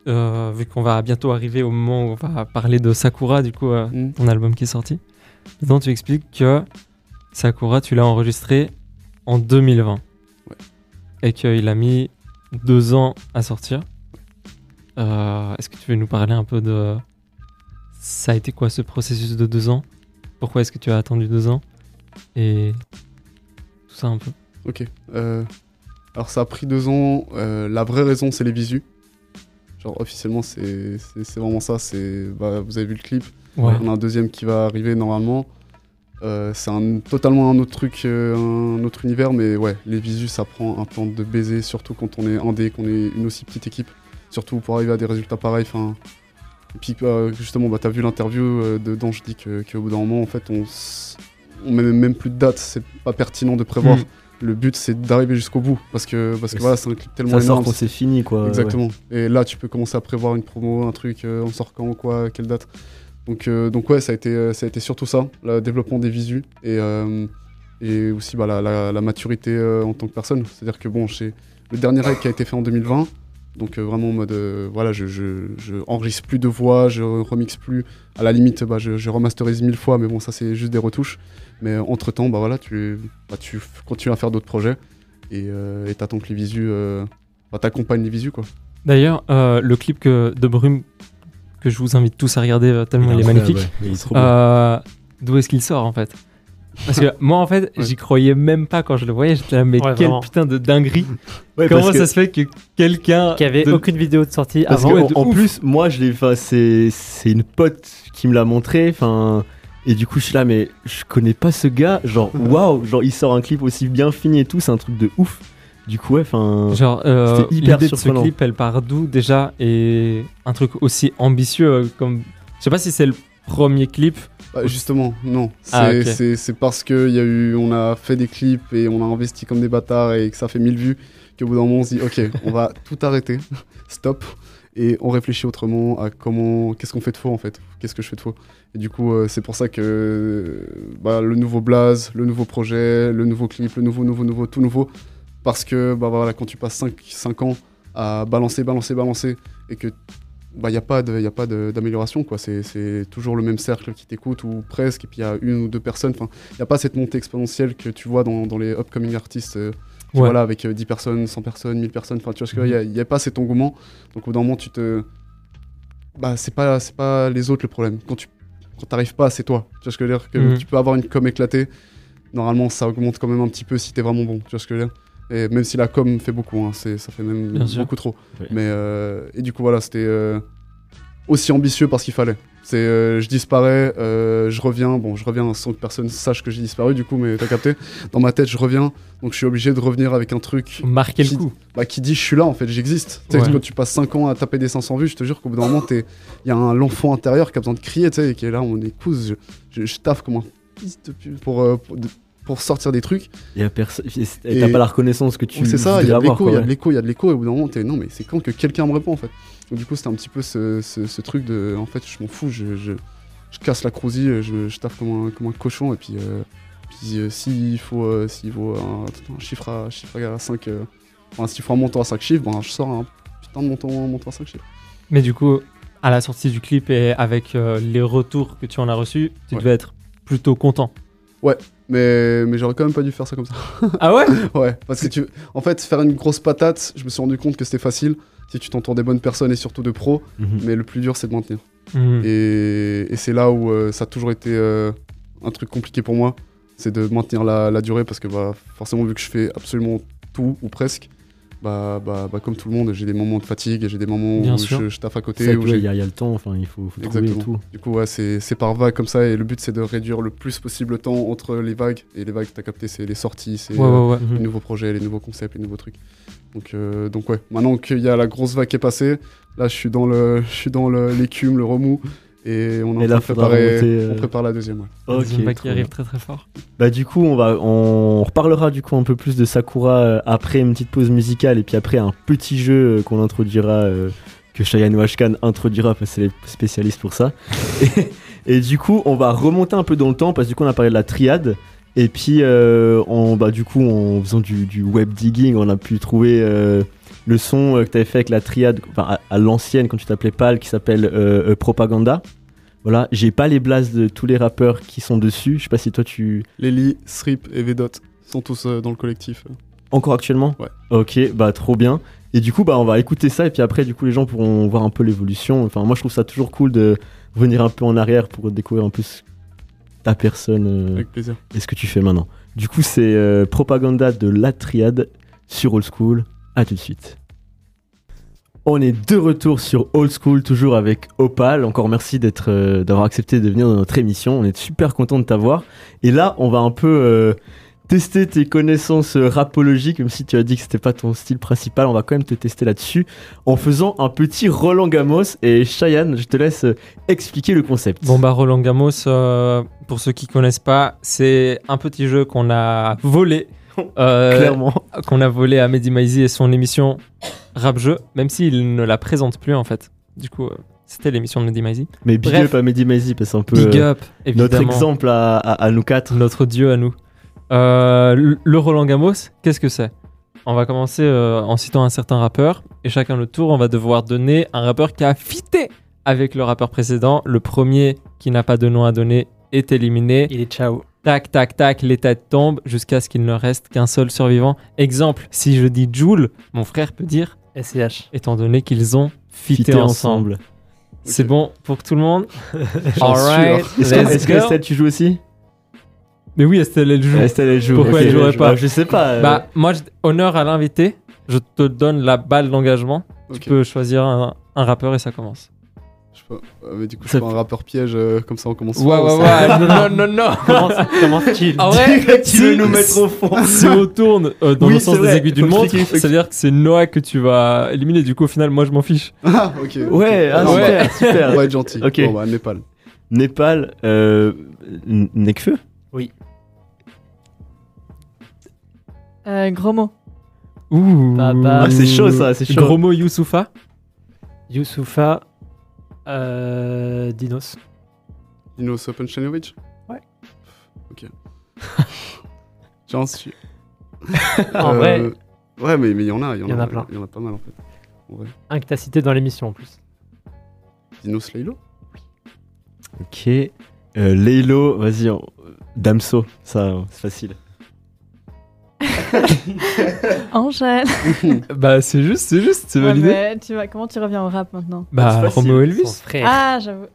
euh, vu qu'on va bientôt arriver au moment où on va parler de Sakura, du coup, euh, Mhm. ton album qui est sorti, dedans tu expliques que Sakura, tu l'as enregistré en 2020. Et qu'il a mis deux ans à sortir. Euh, Est-ce que tu veux nous parler un peu de... Ça a été quoi ce processus de deux ans Pourquoi est-ce que tu as attendu deux ans Et tout ça un peu. Ok. euh, alors, ça a pris deux ans. euh, la vraie raison, c'est les visus. Genre officiellement, c'est c'est- c'est vraiment ça. C'est bah, vous avez vu le clip. Ouais. On a un deuxième qui va arriver normalement. Euh, c'est un, totalement un autre truc, euh, un autre univers, mais ouais, les visus, ça prend un plan de baiser, surtout quand on est en D, qu'on est une aussi petite équipe, surtout pour arriver à des résultats pareils. Enfin, et puis euh, justement, bah, t'as vu l'interview euh, de Dange dit que- qu'au bout d'un moment, en fait, on, s- on met même plus de date, c'est pas pertinent de prévoir. Mm. Le but, c'est d'arriver jusqu'au bout, parce que parce Hmm. que Et voilà, c'est un clip tellement Ça sort énorme. quand c'est fini, quoi. Euh, ouais. Exactement. Et là, tu peux commencer à prévoir une promo, un truc, euh, on sort quand ou quoi, quelle date. Donc, euh, donc ouais, ça a, été, euh, ça a été surtout ça, le développement des visus et, euh, et aussi bah, la, la- la maturité euh, en tant que personne. C'est-à-dire que bon, j'ai le dernier rec qui a été fait en 2020, donc euh, vraiment en mode, euh, voilà, je, je, je enregistre plus de voix, je remixe plus. À la limite, bah, je, je remasterise mille fois, mais bon, ça c'est juste des retouches. Mais entre temps, bah voilà, tu, bah, tu f- continues à faire d'autres projets et euh, et t'attends que les visus, euh, bah, t'accompagnes les visus quoi. D'ailleurs, euh, le clip que, de Brume, que je vous invite tous à regarder, euh, tellement il, est Incroyable, magnifique, ouais. Mais Il est trop beau. euh, d'où est-ce qu'il sort en fait Parce que moi en fait, Ouais. j'y croyais même pas quand je le voyais, j'étais là, mais Ouais, quel vraiment. putain de dinguerie Ouais, parce Comment que- ça se fait que quelqu'un. Qui avait Ah, de- aucune vidéo de sortie Parce avant. que, ouais, en- de en, ouf. plus, moi, je l'ai. Enfin, c'est c'est une pote qui me l'a montré. Enfin, et du coup, je suis là, mais je connais pas ce gars. Genre, waouh, genre il sort un clip aussi bien fini et tout. C'est un truc de ouf. Du coup, ouais, enfin. Genre, euh, C'était hyper l'idée de ce surprenant. clip, elle part d'où déjà Et un truc aussi ambitieux euh, comme. Je sais pas si c'est le premier clip. Bah, justement, non. C'est Ah, ok. c'est- c'est parce que y a eu, on a fait des clips et on a investi comme des bâtards et que ça fait 1000 vues qu'au bout d'un moment on se dit ok, on va tout arrêter, stop, et on réfléchit autrement à comment, qu'est-ce qu'on fait de faux en fait, qu'est-ce que je fais de faux. Et du coup, euh, c'est pour ça que euh, bah, le nouveau blaze, le nouveau projet, le nouveau clip, le nouveau, nouveau, nouveau, tout nouveau, parce que bah, voilà, quand tu passes 5, ans à balancer, balancer, balancer et que bah, il n'y a pas de- y a pas de- d'amélioration. quoi. C'est- C'est toujours le même cercle qui t'écoute, ou presque, et puis il y a une ou deux personnes. Il n'y a pas cette montée exponentielle que tu vois dans, dans les upcoming artistes, euh, qui, Ouais. voilà, avec euh, 10 personnes, 100 personnes, 1000 personnes. Enfin, tu vois, il n'y a, pas cet engouement. Donc au bout d'un moment, tu te. Bah, c'est pas, c'est pas les autres le problème. Quand tu quand t'arrives pas, c'est toi. Tu vois ce que je veux dire que Mhm. Tu peux avoir une com éclatée. Normalement, ça augmente quand même un petit peu si t'es vraiment bon. Tu vois ce que je veux dire et même si la com fait beaucoup, hein, c'est- ça fait même Bien sûr. beaucoup trop. Ouais. Mais euh, et du coup voilà, c'était euh, aussi ambitieux parce qu'il fallait. C'est euh, je disparais, euh, je reviens. Bon, je reviens sans que personne sache que j'ai disparu du coup, mais t'as capté. Dans ma tête, je reviens, donc je suis obligé de revenir avec un truc Marquer le Qui- coup. bah, qui dit je suis là en fait, j'existe. Tu sais, Ouais. Quand tu passes 5 ans à taper des 500 vues, je te jure qu'au bout d'un moment, t'es- il y a un l'enfant intérieur qui a besoin de crier, tu sais, et qui est là, on écoute, je, je, je taffe comme un fils de pute pour, euh, pour, de- pour sortir des trucs. Il y a perso- et Et- T'as pas la reconnaissance que tu c'est ça, voudrais il y a de avoir, l'écho, quoi, il y a de ouais. l'écho, il y a de l'écho, et au bout d'un moment, t'es non, mais c'est quand que quelqu'un me répond en fait. Donc, du coup, c'était un petit peu ce, ce- ce truc de en fait, je m'en fous, je, je, je casse la crousille, euh, je, je taffe comme un, comme un cochon, et puis, euh, puis euh, s'il faut, euh, s'il vaut un, un chiffre à, chiffre à 5, enfin, s'il faut un montant à 5 chiffres, ben, je sors un putain de montant, un montant à 5 chiffres. Mais du coup, à la sortie du clip et avec euh, les retours que tu en as reçus, tu Ouais. devais être plutôt content. Mais, mais j'aurais quand même pas dû faire ça comme ça. ah ouais Ouais, parce que tu. En fait, faire une grosse patate, je me suis rendu compte que c'était facile si tu t'entoures des bonnes personnes et surtout de pros, Mhm. mais le plus dur, c'est de maintenir. Mm. Mhm. euh, Et, et c'est là où euh, ça a toujours été euh, un truc compliqué pour moi, c'est de maintenir la, la durée parce que bah, forcément vu que je fais absolument tout ou presque, bah, bah, bah, comme tout le monde, j'ai des moments de fatigue, et j'ai des moments Bien où sûr. je, je taffe à C'est côté. vrai que, où ouais, j'ai- Il y, a- il y a le temps, enfin, il faut, faut trouver et Exactement. tout. Du coup, ouais, c'est c'est par vague comme ça et le but c'est de réduire le plus possible le temps entre les vagues et les vagues, t'as capté, c'est les sorties, c'est Ouais, euh, ouais, ouais. Mhm. Hmm. les nouveaux projets, les nouveaux concepts, les nouveaux trucs. Donc, euh, donc ouais, maintenant qu'il y a la grosse vague qui est passée, là je suis dans le, je suis dans le- l'écume, le remous, et on est en Et train là, de faudra préparer, remonter, euh, on prépare la deuxième. ouais. Ok, Zumba trop qui bien. arrive très très fort. Bah du coup on va on reparlera du coup un peu plus de Sakura euh, après une petite pause musicale et puis après un petit jeu euh, qu'on introduira euh, que Shayan Washkan introduira parce que c'est les spécialistes pour ça. et, et du coup on va remonter un peu dans le temps parce que du coup on a parlé de la triade et puis euh, on bah du coup en faisant du, du web digging on a pu trouver euh, le son euh, que t'avais fait avec la triade enfin, à, à l'ancienne quand tu t'appelais Pal qui s'appelle euh, euh, Propaganda. Voilà, j'ai pas les blases de tous les rappeurs qui sont dessus. Je sais pas si toi tu, Lely, Srip et Vedot sont tous euh, dans le collectif. Encore actuellement Ouais. Ok, bah trop bien. Et du coup, bah on va écouter ça et puis après, du coup, les gens pourront voir un peu l'évolution. Enfin, moi, je trouve ça toujours cool de venir un peu en arrière pour découvrir un peu ce- ta personne euh, Avec plaisir. et ce que tu fais maintenant. Du coup, c'est euh, Propaganda de la Triade sur Old School. À tout de suite. On est de retour sur Old School, toujours avec Opal. Encore merci d'être, euh, d'avoir accepté de venir dans notre émission. On est super content de t'avoir. Et là, on va un peu euh, tester tes connaissances euh, rapologiques, même si tu as dit que c'était pas ton style principal. On va quand même te tester là-dessus en faisant un petit Roland Gamos. Et Cheyenne, je te laisse euh, expliquer le concept. Bon bah Roland Gamos, euh, pour ceux qui connaissent pas, c'est un petit jeu qu'on a volé. euh, clairement. qu'on a volé à Mehdi Maizi et son émission Rap Jeu, même s'il ne la présente plus en fait. Du coup, euh, c'était l'émission de Mehdi Maizi. Mais big bref. up à Mehdi Maizi, parce que c'est un peu Big euh, up, évidemment. notre exemple à, à- à nous quatre. notre dieu à nous. Euh, le- le Roland Gamos, qu'est-ce que c'est On va commencer euh, en citant un certain rappeur et chacun le tour, on va devoir donner un rappeur qui a fité avec le rappeur précédent. Le premier qui n'a pas de nom à donner est éliminé. Il est ciao. Tac, tac, tac, les têtes tombent jusqu'à ce qu'il ne reste qu'un seul survivant. Exemple, si je dis Joule, mon frère peut dire, SCH. étant donné qu'ils ont fité, Fitter ensemble. ensemble. C'est Ok. bon pour tout le monde J'en suis, Alright, hein. Est-ce que, let's est-ce que go. Estelle, tu joues aussi Mais oui, Estelle, elle joue. Estelle, elle joue. Pourquoi Ok, elle jouerait je- pas bah, Je sais pas. euh, Bah, moi, je- honneur à l'invité, je te donne la balle d'engagement. Ok. Tu peux choisir un, un rappeur et ça commence. Je peux- euh, mais du coup, je Ça fais un rappeur piège, euh, comme ça on commence. Ouais, fort, ouais, ça- ouais, non, non, non. Comment, comment euh, chill En vrai, tu veux nous mettre au fond. si on tourne euh, dans Oui, le sens c'est vrai, des aiguilles d'une faut montre, cliquer, faut ça veut dire que c'est Noah que tu vas éliminer. Du coup, au final, moi, je m'en fiche. Ah, ok. ok. Ouais, ah, Bon, bah, super, super. On va être gentil. Ok. Bon, bah, Népal. Népal, euh, N- Nekfeu Euh, gros mot. Ouh. Bah, bah. Ah, c'est chaud, ça, c'est chaud. Euh, Gros mot Youssoufa. Youssoufa. euh, Dinos. Dino Sopenchanovic Ouais. Ok. J'en suis. En Euh, vrai, Ouais, mais mais il y en a. Il y, il y en a plein. Il y en a pas mal en fait. un que t'as cité dans l'émission en plus. Dino Slaylo Ok. Euh, Leilo, vas-y, on- Damso, ça, c'est facile. Angèle. Bah, c'est juste, c'est juste, c'est Ouais, validé. mais tu vas, comment tu reviens au rap maintenant C'est Bah, facile. Roméo Son Elvis. frère. Ah, j'avoue.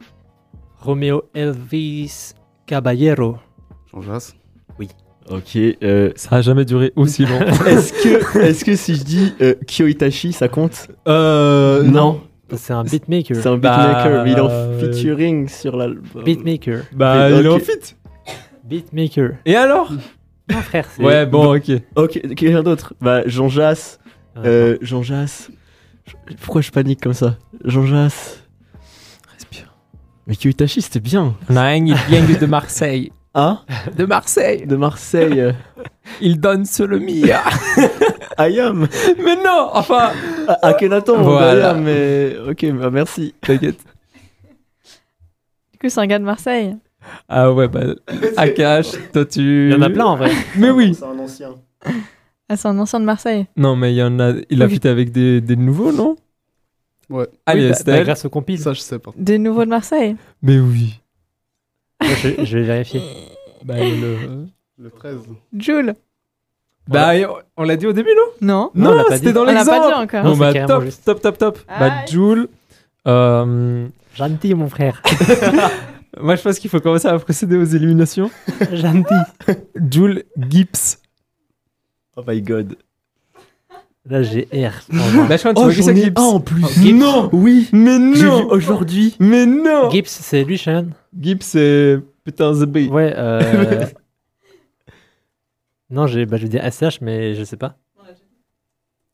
Romeo Elvis Caballero. Jean Jass. Ok. euh, Ça a jamais duré aussi long. est-ce que, est-ce que si je dis euh, Kyoitachi, ça compte euh, C'est un beatmaker. C'est un Bah, beatmaker, mais il est en euh, featuring sur l'album. Beatmaker. Bah, Ok. il est en fit. Beatmaker. Et alors Mon frère, c'est. Ouais, bon, ok. Ok, quelqu'un d'autre Bah, Jean Jass. Ah, euh, Jean Jass. Je- Pourquoi je panique comme ça Jean Jass. Respire. Mais Kyoitachi, c'était bien. On a un, il vient de Marseille. Hein De Marseille. De Marseille. euh, Il donne sur le mia. I am. Mais non, enfin. À, à Kenaton, on va Voilà. dire, mais ok, bah merci. T'inquiète. Du coup, c'est un gars de Marseille. Ah ouais, bah. Akash, toi tu. Il y en a plein en vrai. Mais oui. C'est un ancien. Ah, c'est un ancien de Marseille. Non, mais il y en a. Il a Oui. fité avec des, des nouveaux, non Ah, Ouais. Allez, Oui, bah, bah, Estelle. grâce au compil. Ça, je sais pas. Des nouveaux de Marseille. mais oui. je, je vais vérifier. Bah, le- Le 13. Jules. Bah, on l'a dit au début, non Non. Non, on l'a pas c'était dit. dans On l'a l'exemple. pas dit encore. Non, Bon, c'est bah, carrément top, juste. top, top, top. Bah, Aïe. Joule. euh, Gentil, mon frère. moi, je pense qu'il faut commencer à procéder aux éliminations. Gentil. Joule Gibbs. Oh my god. Là, j'ai R. Bah, je crois que Oh, tu vois j'en que ai c'est un en plus. Gibbs. Non Oui. Mais J'ai vu non aujourd'hui. Mais non Gibbs, c'est lui, Shannon Gibbs, c'est. Putain, The B. Ouais. Euh... non, j'ai- bah, je vais dire SH, mais je sais pas.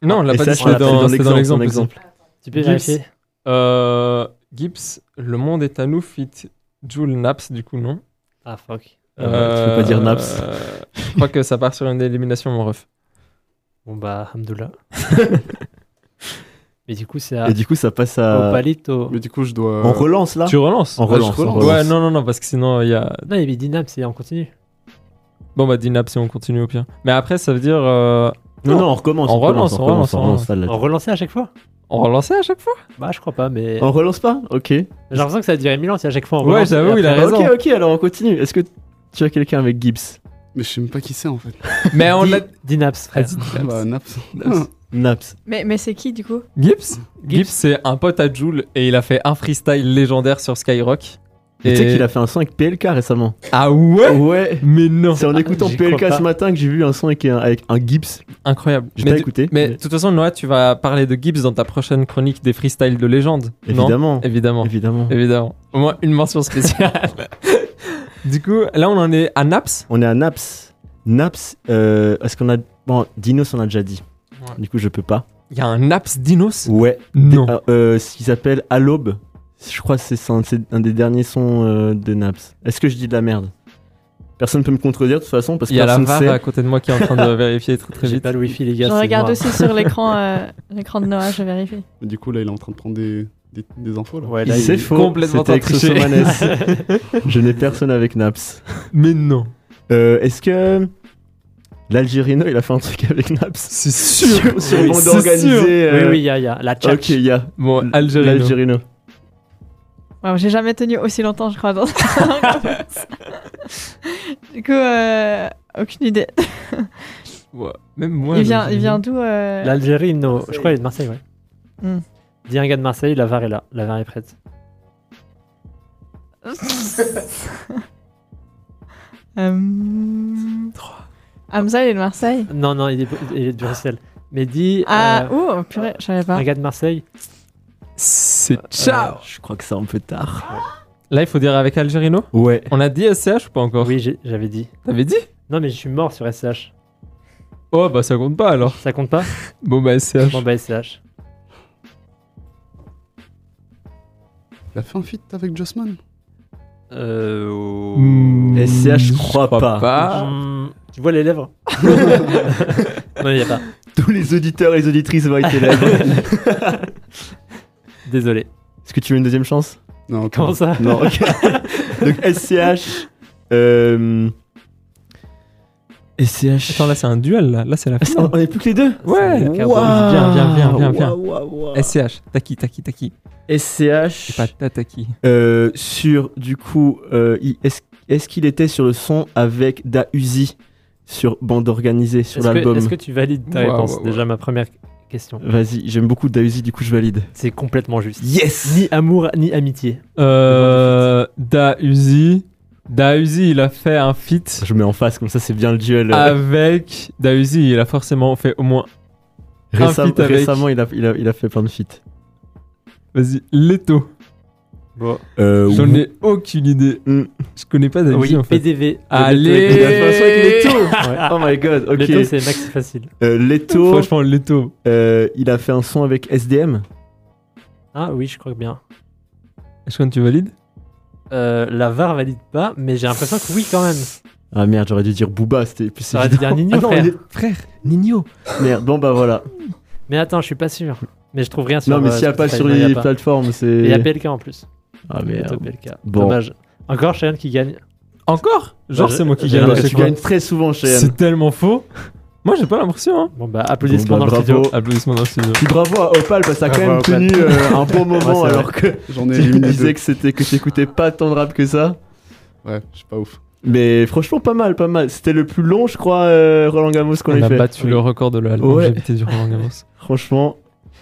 Non, on l'a Et pas ça, dit, je l'ai c'était dans, c'était dans l'exemple. dans l'exemple. Tu peux Gibbs. vérifier Euh, Gibbs, Le Monde est à nous, fit Jules Naps, du coup, non Ah, fuck. Euh, tu peux pas dire Naps. euh, Je crois que ça part sur une élimination, mon ref. Bon, bah, Hamdoullah. mais du coup, c'est à Et du coup, ça passe euh, à. Opalito. Mais du coup, je dois. On relance là Tu relances Ah. On Ouais, je relance. on relance. Ouais, relance. non, non, non, parce que sinon, il y a. Non, il y avait Dinam, c'est on continue. Bon, bah, dis Naps et on continue au pire. Mais après, ça veut dire. euh, Non, non, on recommence. On relance, on relance, on relance. ça, là. On relançait à chaque fois On relançait à chaque fois Bah, je crois pas, mais. On relance pas Ok. J'ai l'impression que ça a duré mille ans, si à chaque fois on Oh. Ouais, relance, j'avoue, et il a après- raison. Ok, ok, alors on continue. Est-ce que tu as quelqu'un avec Gibbs Mais je sais même pas qui c'est en fait. Mais on Di- l'a. Dinaps, frère. Vas-y, Ah, bah, Naps. Naps. Naps. Naps. Mais, mais c'est qui, du coup Gibbs Gibbs, c'est un pote à Jules et il a fait un freestyle légendaire sur Skyrock. Tu sais Et- qu'il a fait un son avec PLK récemment. Ah ouais Ouais. Mais non C'est en écoutant j'y crois PLK pas. ce matin que j'ai vu un son avec un, avec un Gibbs. Incroyable. J'ai mais pas de- écouté. mais de toute façon, Noah, tu vas parler de Gibbs dans ta prochaine chronique des freestyles de légende. Non évidemment. Évidemment. Évidemment. Évidemment. Au moins une mention spéciale. du coup, là, on en est à Naps. On est à Naps. Naps, euh, est-ce qu'on a. Bon, Dinos, on a déjà dit. Ouais. Du coup, je peux pas. Il y a un Naps Dinos Ouais. Non. Ah, euh, ce qui s'appelle À l'aube. Je crois que c'est ça, c'est un des derniers sons euh, de Naps. Est-ce que je dis de la merde Personne peut me contredire de toute façon parce que Il y a la personne VAR sait. à côté de moi qui est en train de vérifier très très J'ai vite. pas le wifi, les Je gars. c'est regarde noir. aussi sur l'écran euh, l'écran de Noah, je vérifie. Mais Du coup, là, il est en train de prendre des, des, des infos. Là. Ouais, Il là, s'est il- C'est est faux. complètement c'était en train de tricher. Exosomanes. je n'ai personne avec Naps. Mais non. Euh, Est-ce que l'Algérino il a fait un truc avec Naps C'est sûr. Sur le bande C'est sûr. organisée. Oui, euh, oui, il y a, il y a la chat. Ok, il y a Bon, Algérie. l'Algérino. Ouais, J'ai jamais tenu aussi longtemps, je crois, dans Du coup, euh, aucune idée. Ouais. Même moi. il vient, l'Algérie. il vient d'où euh, L'Algérie, non. Je crois qu'il est de Marseille, ouais. Hmm. Dis un gars de Marseille, la VAR est là. La VAR est prête. Euh, Hamza, il est de Marseille. Non, non, il est, il est de Bruxelles. Mais dis Ah, euh, oh, purée, je savais pas. un gars de Marseille. Euh, C'est ciao. Je crois que c'est un peu tard. Euh, Là, il faut dire avec Algerino. Ouais. On a dit SCH ou pas encore Oui, j'ai- j'avais dit. T'avais dit Non, mais je suis mort sur SCH. Oh, bah ça compte pas alors. Ça compte pas Bon, bah SCH. Bon, bah, SCH. Il a fait un feat avec Jossman. Euh. Hmm, SCH, je crois pas. Ah. Tu vois les lèvres Non, il n'y a pas. Tous les auditeurs et les auditrices vont être là. Désolé. Est-ce que tu veux une deuxième chance Non, encore. Comment ça Non, ok. Donc SCH. Euh... SCH. Attends, là, c'est un duel là. Là, c'est la Ah, c'est- on finale. on est plus que les deux Ouais. Wow. Bien, bien, bien, bien, bien. Waouh, waouh, waouh. SCH. Taki, taki, taki. Et SCH. pas tataki. euh, sur, du coup, euh, il- est-ce est-ce qu'il était sur le son avec Da Uzi sur Bande Organisée, sur Est-ce que- l'album Est-ce que tu valides ta Ouais, réponse ouais, ouais. Déjà, ma première question. Vas-y, j'aime beaucoup Da Uzi, du coup, je valide. C'est complètement juste. Yes Ni amour, ni amitié. Euh, Da Uzi. Da Uzi, il a fait un feat Je mets en face, comme ça, c'est bien le duel. Ah, avec. Da Uzi, il a forcément fait au moins. Récem- un feat avec- Récemment, il a, il, a, il a fait plein de feats. Vas-y, Leto. Euh, J'en ai aucune idée. Mm. Je connais pas Da Uzi Oui, en fait. PDV. Allez Il a fait un son avec Ah, Leto. Euh, Ouais. Oh my god, ok. Leto, c'est maxi facile. Euh, Leto, Franchement, Leto. euh, il a fait un son avec SDM. Ah oui, je crois que bien. Ashwan, tu valides Euh, la VAR valide pas, mais j'ai l'impression que oui quand même. Ah merde, j'aurais dû dire Booba, c'était plus Ça aurait dû dire Nino, Ah non, frère. il est- Frère, Nino. Merde, bon bah voilà. Mais attends, je suis pas sûr. Mais je trouve rien sur Non mais euh, s'il n'y a pas Spotify, sur non, il y a les pas. plateformes, Et Il y a c'est... PLK en plus. Ah Leto, merde. PLK. Bon. Dommage. Encore Cheyenne qui gagne. Encore Genre, Bah, c'est moi qui j'ai- Ouais, gagne. à j'ai- chaque tu fois. gagnes très souvent chez M. C'est tellement faux. Moi, j'ai pas l'impression. Hein. Bon bah applaudissements Bon, bah, dans le bravo. studio. Applaudissements dans le studio. Puis bravo à Opal parce que ça a quand même Bravo à tenu euh, un bon moment Ouais, c'est alors que J'en ai tu éliminé disais deux. que c'était que t'écoutais pas tant de rap que ça. Ouais, je suis pas ouf. Mais franchement pas mal, pas mal. C'était le plus long je crois euh, Roland Gamos qu'on On ait a fait. battu le record de la longévité du Roland Gamos. Franchement,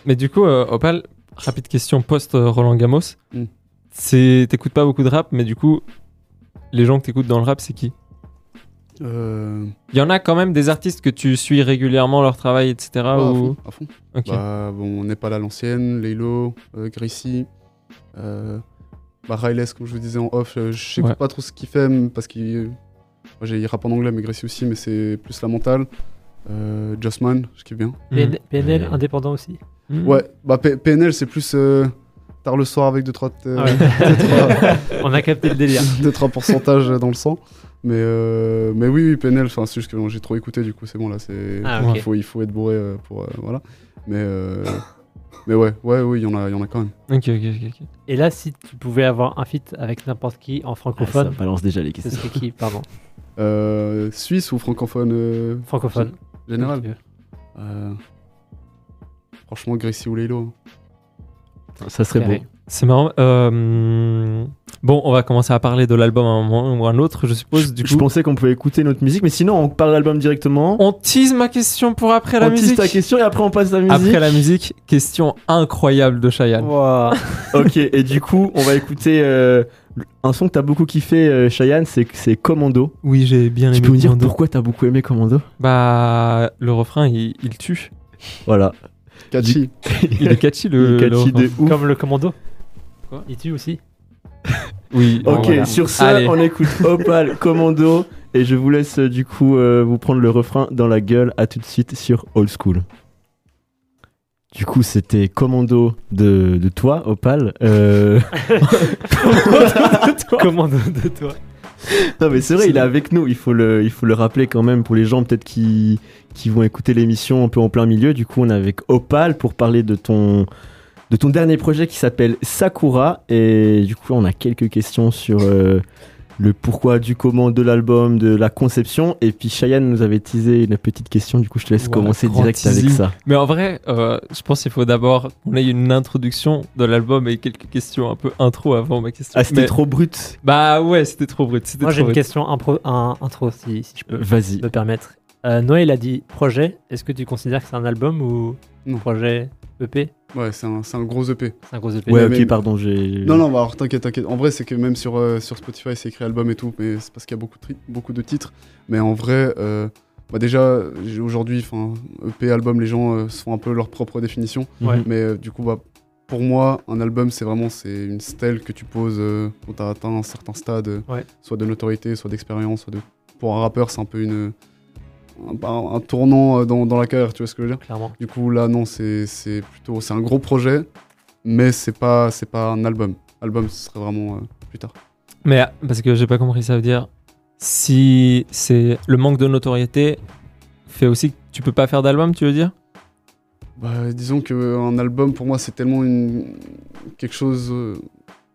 Mais du coup, euh, Opal, rapide question post euh, Roland Gamos. Hmm. Mm. C'est t'écoutes pas beaucoup de rap, mais du coup, les gens que t'écoutes dans le rap, c'est qui Euh... Il y en a quand même des artistes que tu suis régulièrement leur travail, etc. Ah, ouais, à ou... fond, à fond. Ok. Bah, bon, on n'est pas là l'ancienne, Laylo, euh, Gracie, euh, bah, Riles, comme je vous disais en off, euh, je sais Ouais. pas trop ce qu'il fait m- parce qu'il. moi, j'ai il rappe en anglais, mais Gracie aussi, mais c'est plus la mentale. Euh, Jossman, je kiffe bien. Mm. Bah. PN- PNL Hmm. Ouais. indépendant aussi. Mm. Ouais, bah, P- PNL, c'est plus euh, tard le soir avec euh, 2-3 On a capté le Ah délire. pourcentages dans le sang. Mais, euh, mais oui, oui, PNL, enfin, c'est juste que bon, j'ai trop écouté, du coup, c'est bon, là, c'est. Ah Ouais. ok. il, faut, il faut être bourré euh, pour. euh, voilà. Mais, euh, mais ouais, ouais, oui, il y, en a- il y en a quand même. Ok, ok, ok. ok. Et là, si tu pouvais avoir un feat avec n'importe qui en ah, ça francophone, balance déjà les ce questions. serait qui Pardon. Euh, Suisse ou francophone euh, Francophone. général Euh, Franchement, Gracie ou hein. Lelo. Ça serait beau. Carré. C'est marrant. euh, Bon, on va commencer à parler de l'album à un moment ou à un autre, je suppose. Du je coup, pensais qu'on pouvait écouter notre musique, mais sinon on parle l'album directement. on tease ma question pour après la On tease musique. ta question et après on passe à la musique. Après la musique, question incroyable de Cheyenne. Ok, et du coup, on va écouter euh, Un son que t'as beaucoup kiffé, euh, Cheyenne, c'est c'est Commando. Oui, j'ai bien Tu aimé peux me dire Commando. pourquoi t'as beaucoup aimé Commando Bah, le refrain, il, il tue. Voilà. Catchy. Il est catchy, le, Il est le catchy refrain. de ouf. Comme le commando. Quoi Il tue aussi. Oui, Ok, voilà. sur ça, Allez. on écoute Opal Commando et je vous laisse euh, du coup euh, vous prendre le refrain dans la gueule. À tout de suite sur Old School. Du coup, c'était Commando de, de toi, Opal. Euh, Commando de toi. Non, mais c'est vrai, il est avec nous. Il faut le, il faut le rappeler quand même pour les gens peut-être qui, qui vont écouter l'émission un peu en plein milieu. Du coup, on est avec Opal pour parler de ton, de ton dernier projet qui s'appelle Sakura. Et du coup, on a quelques questions sur euh, le pourquoi, du comment de l'album, de la conception. Et puis, Cheyenne nous avait teasé une petite question. Du coup, je te laisse Voilà, commencer grand direct avec teasing. ça. Mais en vrai, euh, je pense qu'il faut d'abord qu'on ait une introduction de l'album et quelques questions un peu intro avant ma question. Ah, c'était Mais- trop brut. Bah ouais, c'était trop brut. C'était Moi, j'ai trop une brut. question impro- un- intro, si, si je peux Vas-y. me permettre. Euh, Noé, il a dit projet. Est-ce que tu considères que c'est un album ou Non. projet EP Ouais, c'est un, c'est un gros EP. C'est un gros E EP. Ouais, Mais ok, même- pardon, j'ai. Non, non, bah, alors t'inquiète, t'inquiète. En vrai, c'est que même sur, euh, sur Spotify, c'est écrit album et tout, mais c'est parce qu'il y a beaucoup de, tri- beaucoup de titres. Mais en vrai, euh, bah, déjà, j'ai- aujourd'hui, 'fin, EP, album, les gens euh, se font un peu leur propre définition. Ouais. Mais euh, du coup, bah, pour moi, un album, c'est vraiment c'est une stèle que tu poses euh, quand t'as atteint un certain stade, euh, Ouais. soit de notoriété, soit d'expérience, soit de. Pour un rappeur, c'est un peu une un, bah, un tournant euh, dans, dans la carrière, tu vois ce que je veux dire Clairement. Du coup, là, non, c'est c'est plutôt c'est un gros projet, mais c'est pas c'est pas un album. Album, ce serait vraiment euh, plus tard. Mais ah, parce que j'ai pas compris, ça veut dire si c'est le manque de notoriété fait aussi que tu peux pas faire d'album, tu veux dire Bah, disons qu'un album, pour moi, c'est tellement une... quelque chose euh,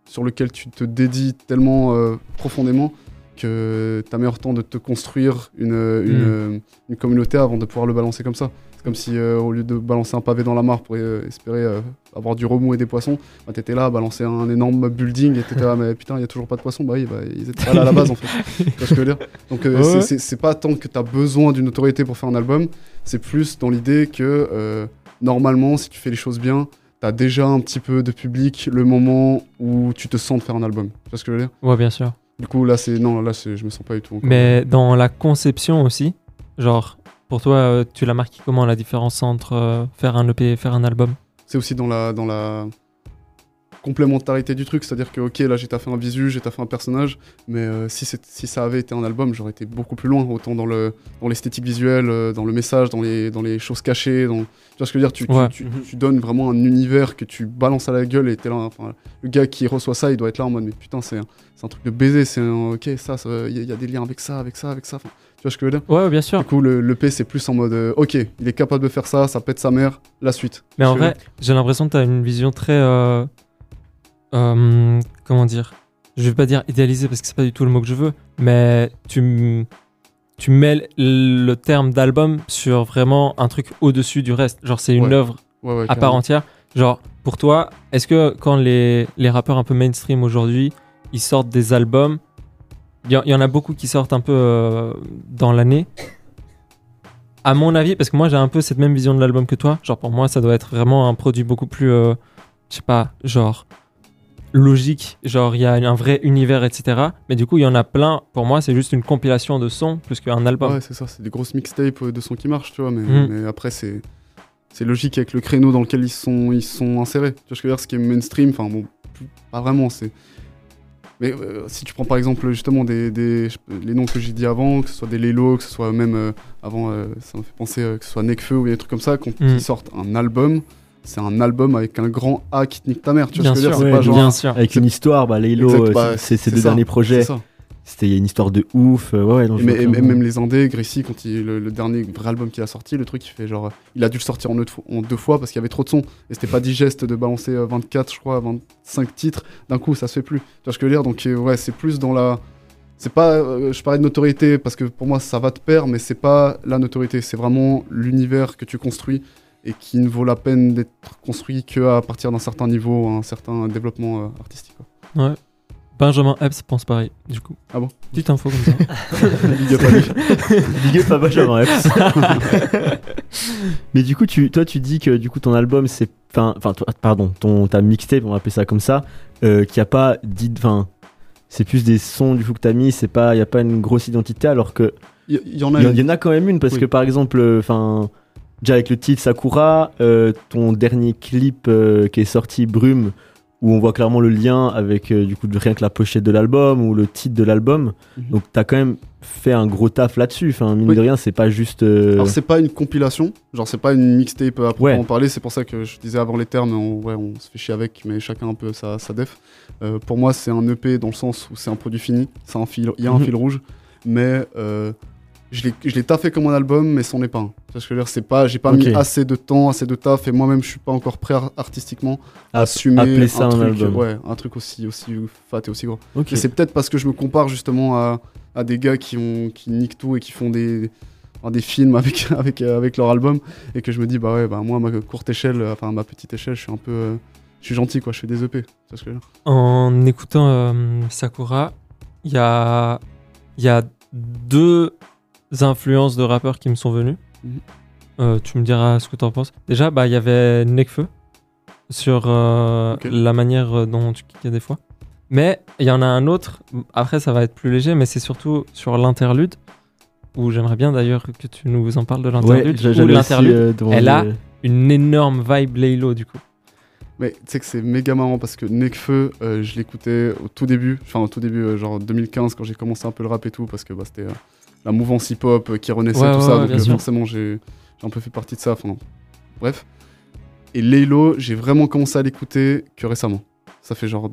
sur lequel tu te dédies tellement euh, profondément que t'as meilleur temps de te construire une, euh, une, Mm. euh, une communauté avant de pouvoir le balancer comme ça. C'est comme si, euh, au lieu de balancer un pavé dans la mare pour euh, espérer euh, avoir du remous et des poissons, bah, t'étais là à balancer un énorme building et t'étais là, mais putain, il y a toujours pas de poissons. Bah oui, bah, ils étaient pas là à la base, en fait. Tu vois ce que je veux dire Donc, euh, Ouais, c'est- ouais. c'est c'est pas tant que t'as besoin d'une autorité pour faire un album, c'est plus dans l'idée que euh, normalement, si tu fais les choses bien, t'as déjà un petit peu de public le moment où tu te sens de faire un album. Tu vois ce que je veux dire Ouais, bien sûr. Du coup, là, c'est. Non, là, c'est- je me sens pas du tout. encore. Mais dans la conception aussi, genre, pour toi, euh, tu l'as marqué comment la différence entre euh, faire un EP et faire un album C'est aussi dans la, dans la complémentarité du truc. C'est-à-dire que, ok, là, j'ai taffé un visu, j'ai taffé un personnage, mais euh, si, c'est- si ça avait été un album, j'aurais été beaucoup plus loin, autant dans le- dans l'esthétique visuelle, euh, dans le message, dans les, dans les choses cachées. Dans... Tu vois ce que je veux dire tu, tu- Ouais. tu, tu donnes vraiment un univers que tu balances à la gueule et t'es là. enfin, le gars qui reçoit ça, il doit être là en mode, mais putain, c'est un, c'est un truc de baiser, c'est un, ok, ça, ça- il y, a- il y a des liens avec ça, avec ça, avec ça. Enfin, tu vois ce que je veux dire Ouais, ouais, bien sûr. Du coup, le, le P, c'est plus en mode, euh, ok, il est capable de faire ça, ça pète sa mère, la suite. Mais en Parce que- vrai, j'ai l'impression que tu as une vision très. euh, euh, comment dire Je vais pas dire idéalisée parce que c'est pas du tout le mot que je veux, mais tu, m- tu mêles le terme d'album sur vraiment un truc au-dessus du reste. Genre, c'est une Ouais, œuvre Ouais, ouais, à part carrément. entière. Genre, pour toi, est-ce que quand les, les rappeurs un peu mainstream aujourd'hui, ils sortent des albums, il y, en- il y en a beaucoup qui sortent un peu euh, dans l'année. À mon avis, parce que moi j'ai un peu cette même vision de l'album que toi, genre pour moi ça doit être vraiment un produit beaucoup plus, euh, je sais pas, genre logique, genre il y a un vrai univers, etc. Mais du coup il y en a plein, pour moi c'est juste une compilation de sons plus qu'un album. Ouais, c'est ça, c'est des grosses mixtapes euh, de sons qui marchent, tu vois, mais, Mm. mais après, c'est. C'est logique avec le créneau dans lequel ils sont, ils sont insérés. Tu vois ce que je veux dire Ce qui est mainstream, enfin bon, plus- pas vraiment, c'est. Mais euh, si tu prends par exemple justement des, des- je- les noms que j'ai dit avant, que ce soit des Lelo, que ce soit même euh, avant, euh, ça me fait penser euh, que ce soit Nekfeu ou des trucs comme ça, qu'on- Mm. qu'ils sortent un album, c'est un album avec un grand A qui te nique ta mère. Tu vois Bien ce que je veux dire sûr, C'est ouais, pas genre. bien sûr. Avec une histoire, bah, Laylo, Exact, euh, bah, c'est ses c'est deux ça, derniers C'est projets. ça. C'était une histoire de ouf. euh, ouais, ouais, non, je Et mais- vois et clairement. même les Indés, Gracie, quand il, le, le dernier vrai album qu'il a sorti, le truc, il fait genre. Il a dû le sortir en, autre- en deux fois parce qu'il y avait trop de sons. Et c'était pas digeste de balancer euh, 24, je crois, 25 titres. D'un coup, ça se fait plus. Tu vois ce que je veux dire Donc, euh, ouais, c'est plus dans la. C'est pas. euh, je parlais de notoriété parce que pour moi, ça va de pair, mais c'est pas la notoriété. C'est vraiment l'univers que tu construis et qui ne vaut la peine d'être construit qu'à partir d'un certain niveau, un certain développement euh, artistique. quoi. Benjamin Epps pense pareil, du coup. Ah bon Petite info comme ça. Big up à lui. Big up à Benjamin Epps. Mais du coup, tu, toi, tu dis que du coup, ton album, c'est. Enfin, enfin, toi- pardon, ton, ta mixtape, on va appeler ça comme ça, euh, qu'il n'y a pas d'id- enfin, c'est plus des sons du coup que t'as mis, c'est pas, y a pas une grosse identité, alors que Il y, il y en a il y, en- une. il y en a quand même une parce Oui. que par exemple, euh, enfin, déjà avec le titre Sakura, euh, ton dernier clip euh, qui est sorti Brume, où on voit clairement le lien avec euh, du coup rien que la pochette de l'album ou le titre de l'album. Mhm. Donc t'as quand même fait un gros taf là-dessus. Enfin, mine Oui. de rien, c'est pas juste. euh, Alors c'est pas une compilation, genre c'est pas une mixtape à proprement Ouais. parler, c'est pour ça que je disais avant les termes, on, ouais, on se fait chier avec, mais chacun un peu sa, sa def. Euh, pour moi c'est un EP dans le sens où c'est un produit fini, c'est un fil, il y a un Mhm. fil rouge, mais euh, je l'ai- je l'ai taffé comme un album, mais c'en est pas un. Tu vois ce que je veux dire, c'est pas, j'ai pas mis Ok. assez de temps, assez de taf, et moi-même je suis pas encore prêt ar- artistiquement à app- assumer appeler ça un, un truc, album. ouais, un truc aussi, aussi fat et aussi gros. ok. Et c'est peut-être parce que je me compare justement à, à des gars qui, ont, qui niquent tout et qui font des, enfin, des films avec, avec, euh, avec leur album et que je me dis, bah ouais, bah moi, à ma courte échelle, euh, enfin, à ma petite échelle, je suis un peu. euh, je suis gentil, quoi, je fais des EP. Tu vois ce que je veux dire En écoutant euh, Sakura, il y a, il y a deux influences de rappeurs qui me sont venues. Mhm. Euh, tu me diras ce que tu en penses. Déjà, bah, il y avait Nekfeu sur euh, Ok. la manière dont tu kickais des fois. Mais il y en a un autre, après ça va être plus léger, mais c'est surtout sur l'interlude, où j'aimerais bien d'ailleurs que tu nous en parles de Ouais, l'interlude. j'a- ou j'allais aussi, l'interlude, euh, demander- elle a- une énorme vibe Laylo du coup. Mais tu sais que c'est méga marrant parce que Nekfeu, euh, je l'écoutais au tout début, enfin au tout début, euh, genre 2015, quand j'ai commencé un peu le rap et tout, parce que bah, c'était euh, la mouvance hip-hop euh, qui renaissait, Ouais, tout ouais, ça, ouais, donc bien euh, sûr. forcément j'ai j'ai un peu fait partie de ça, enfin bref. Et Laylo, j'ai vraiment commencé à l'écouter que récemment. Ça fait genre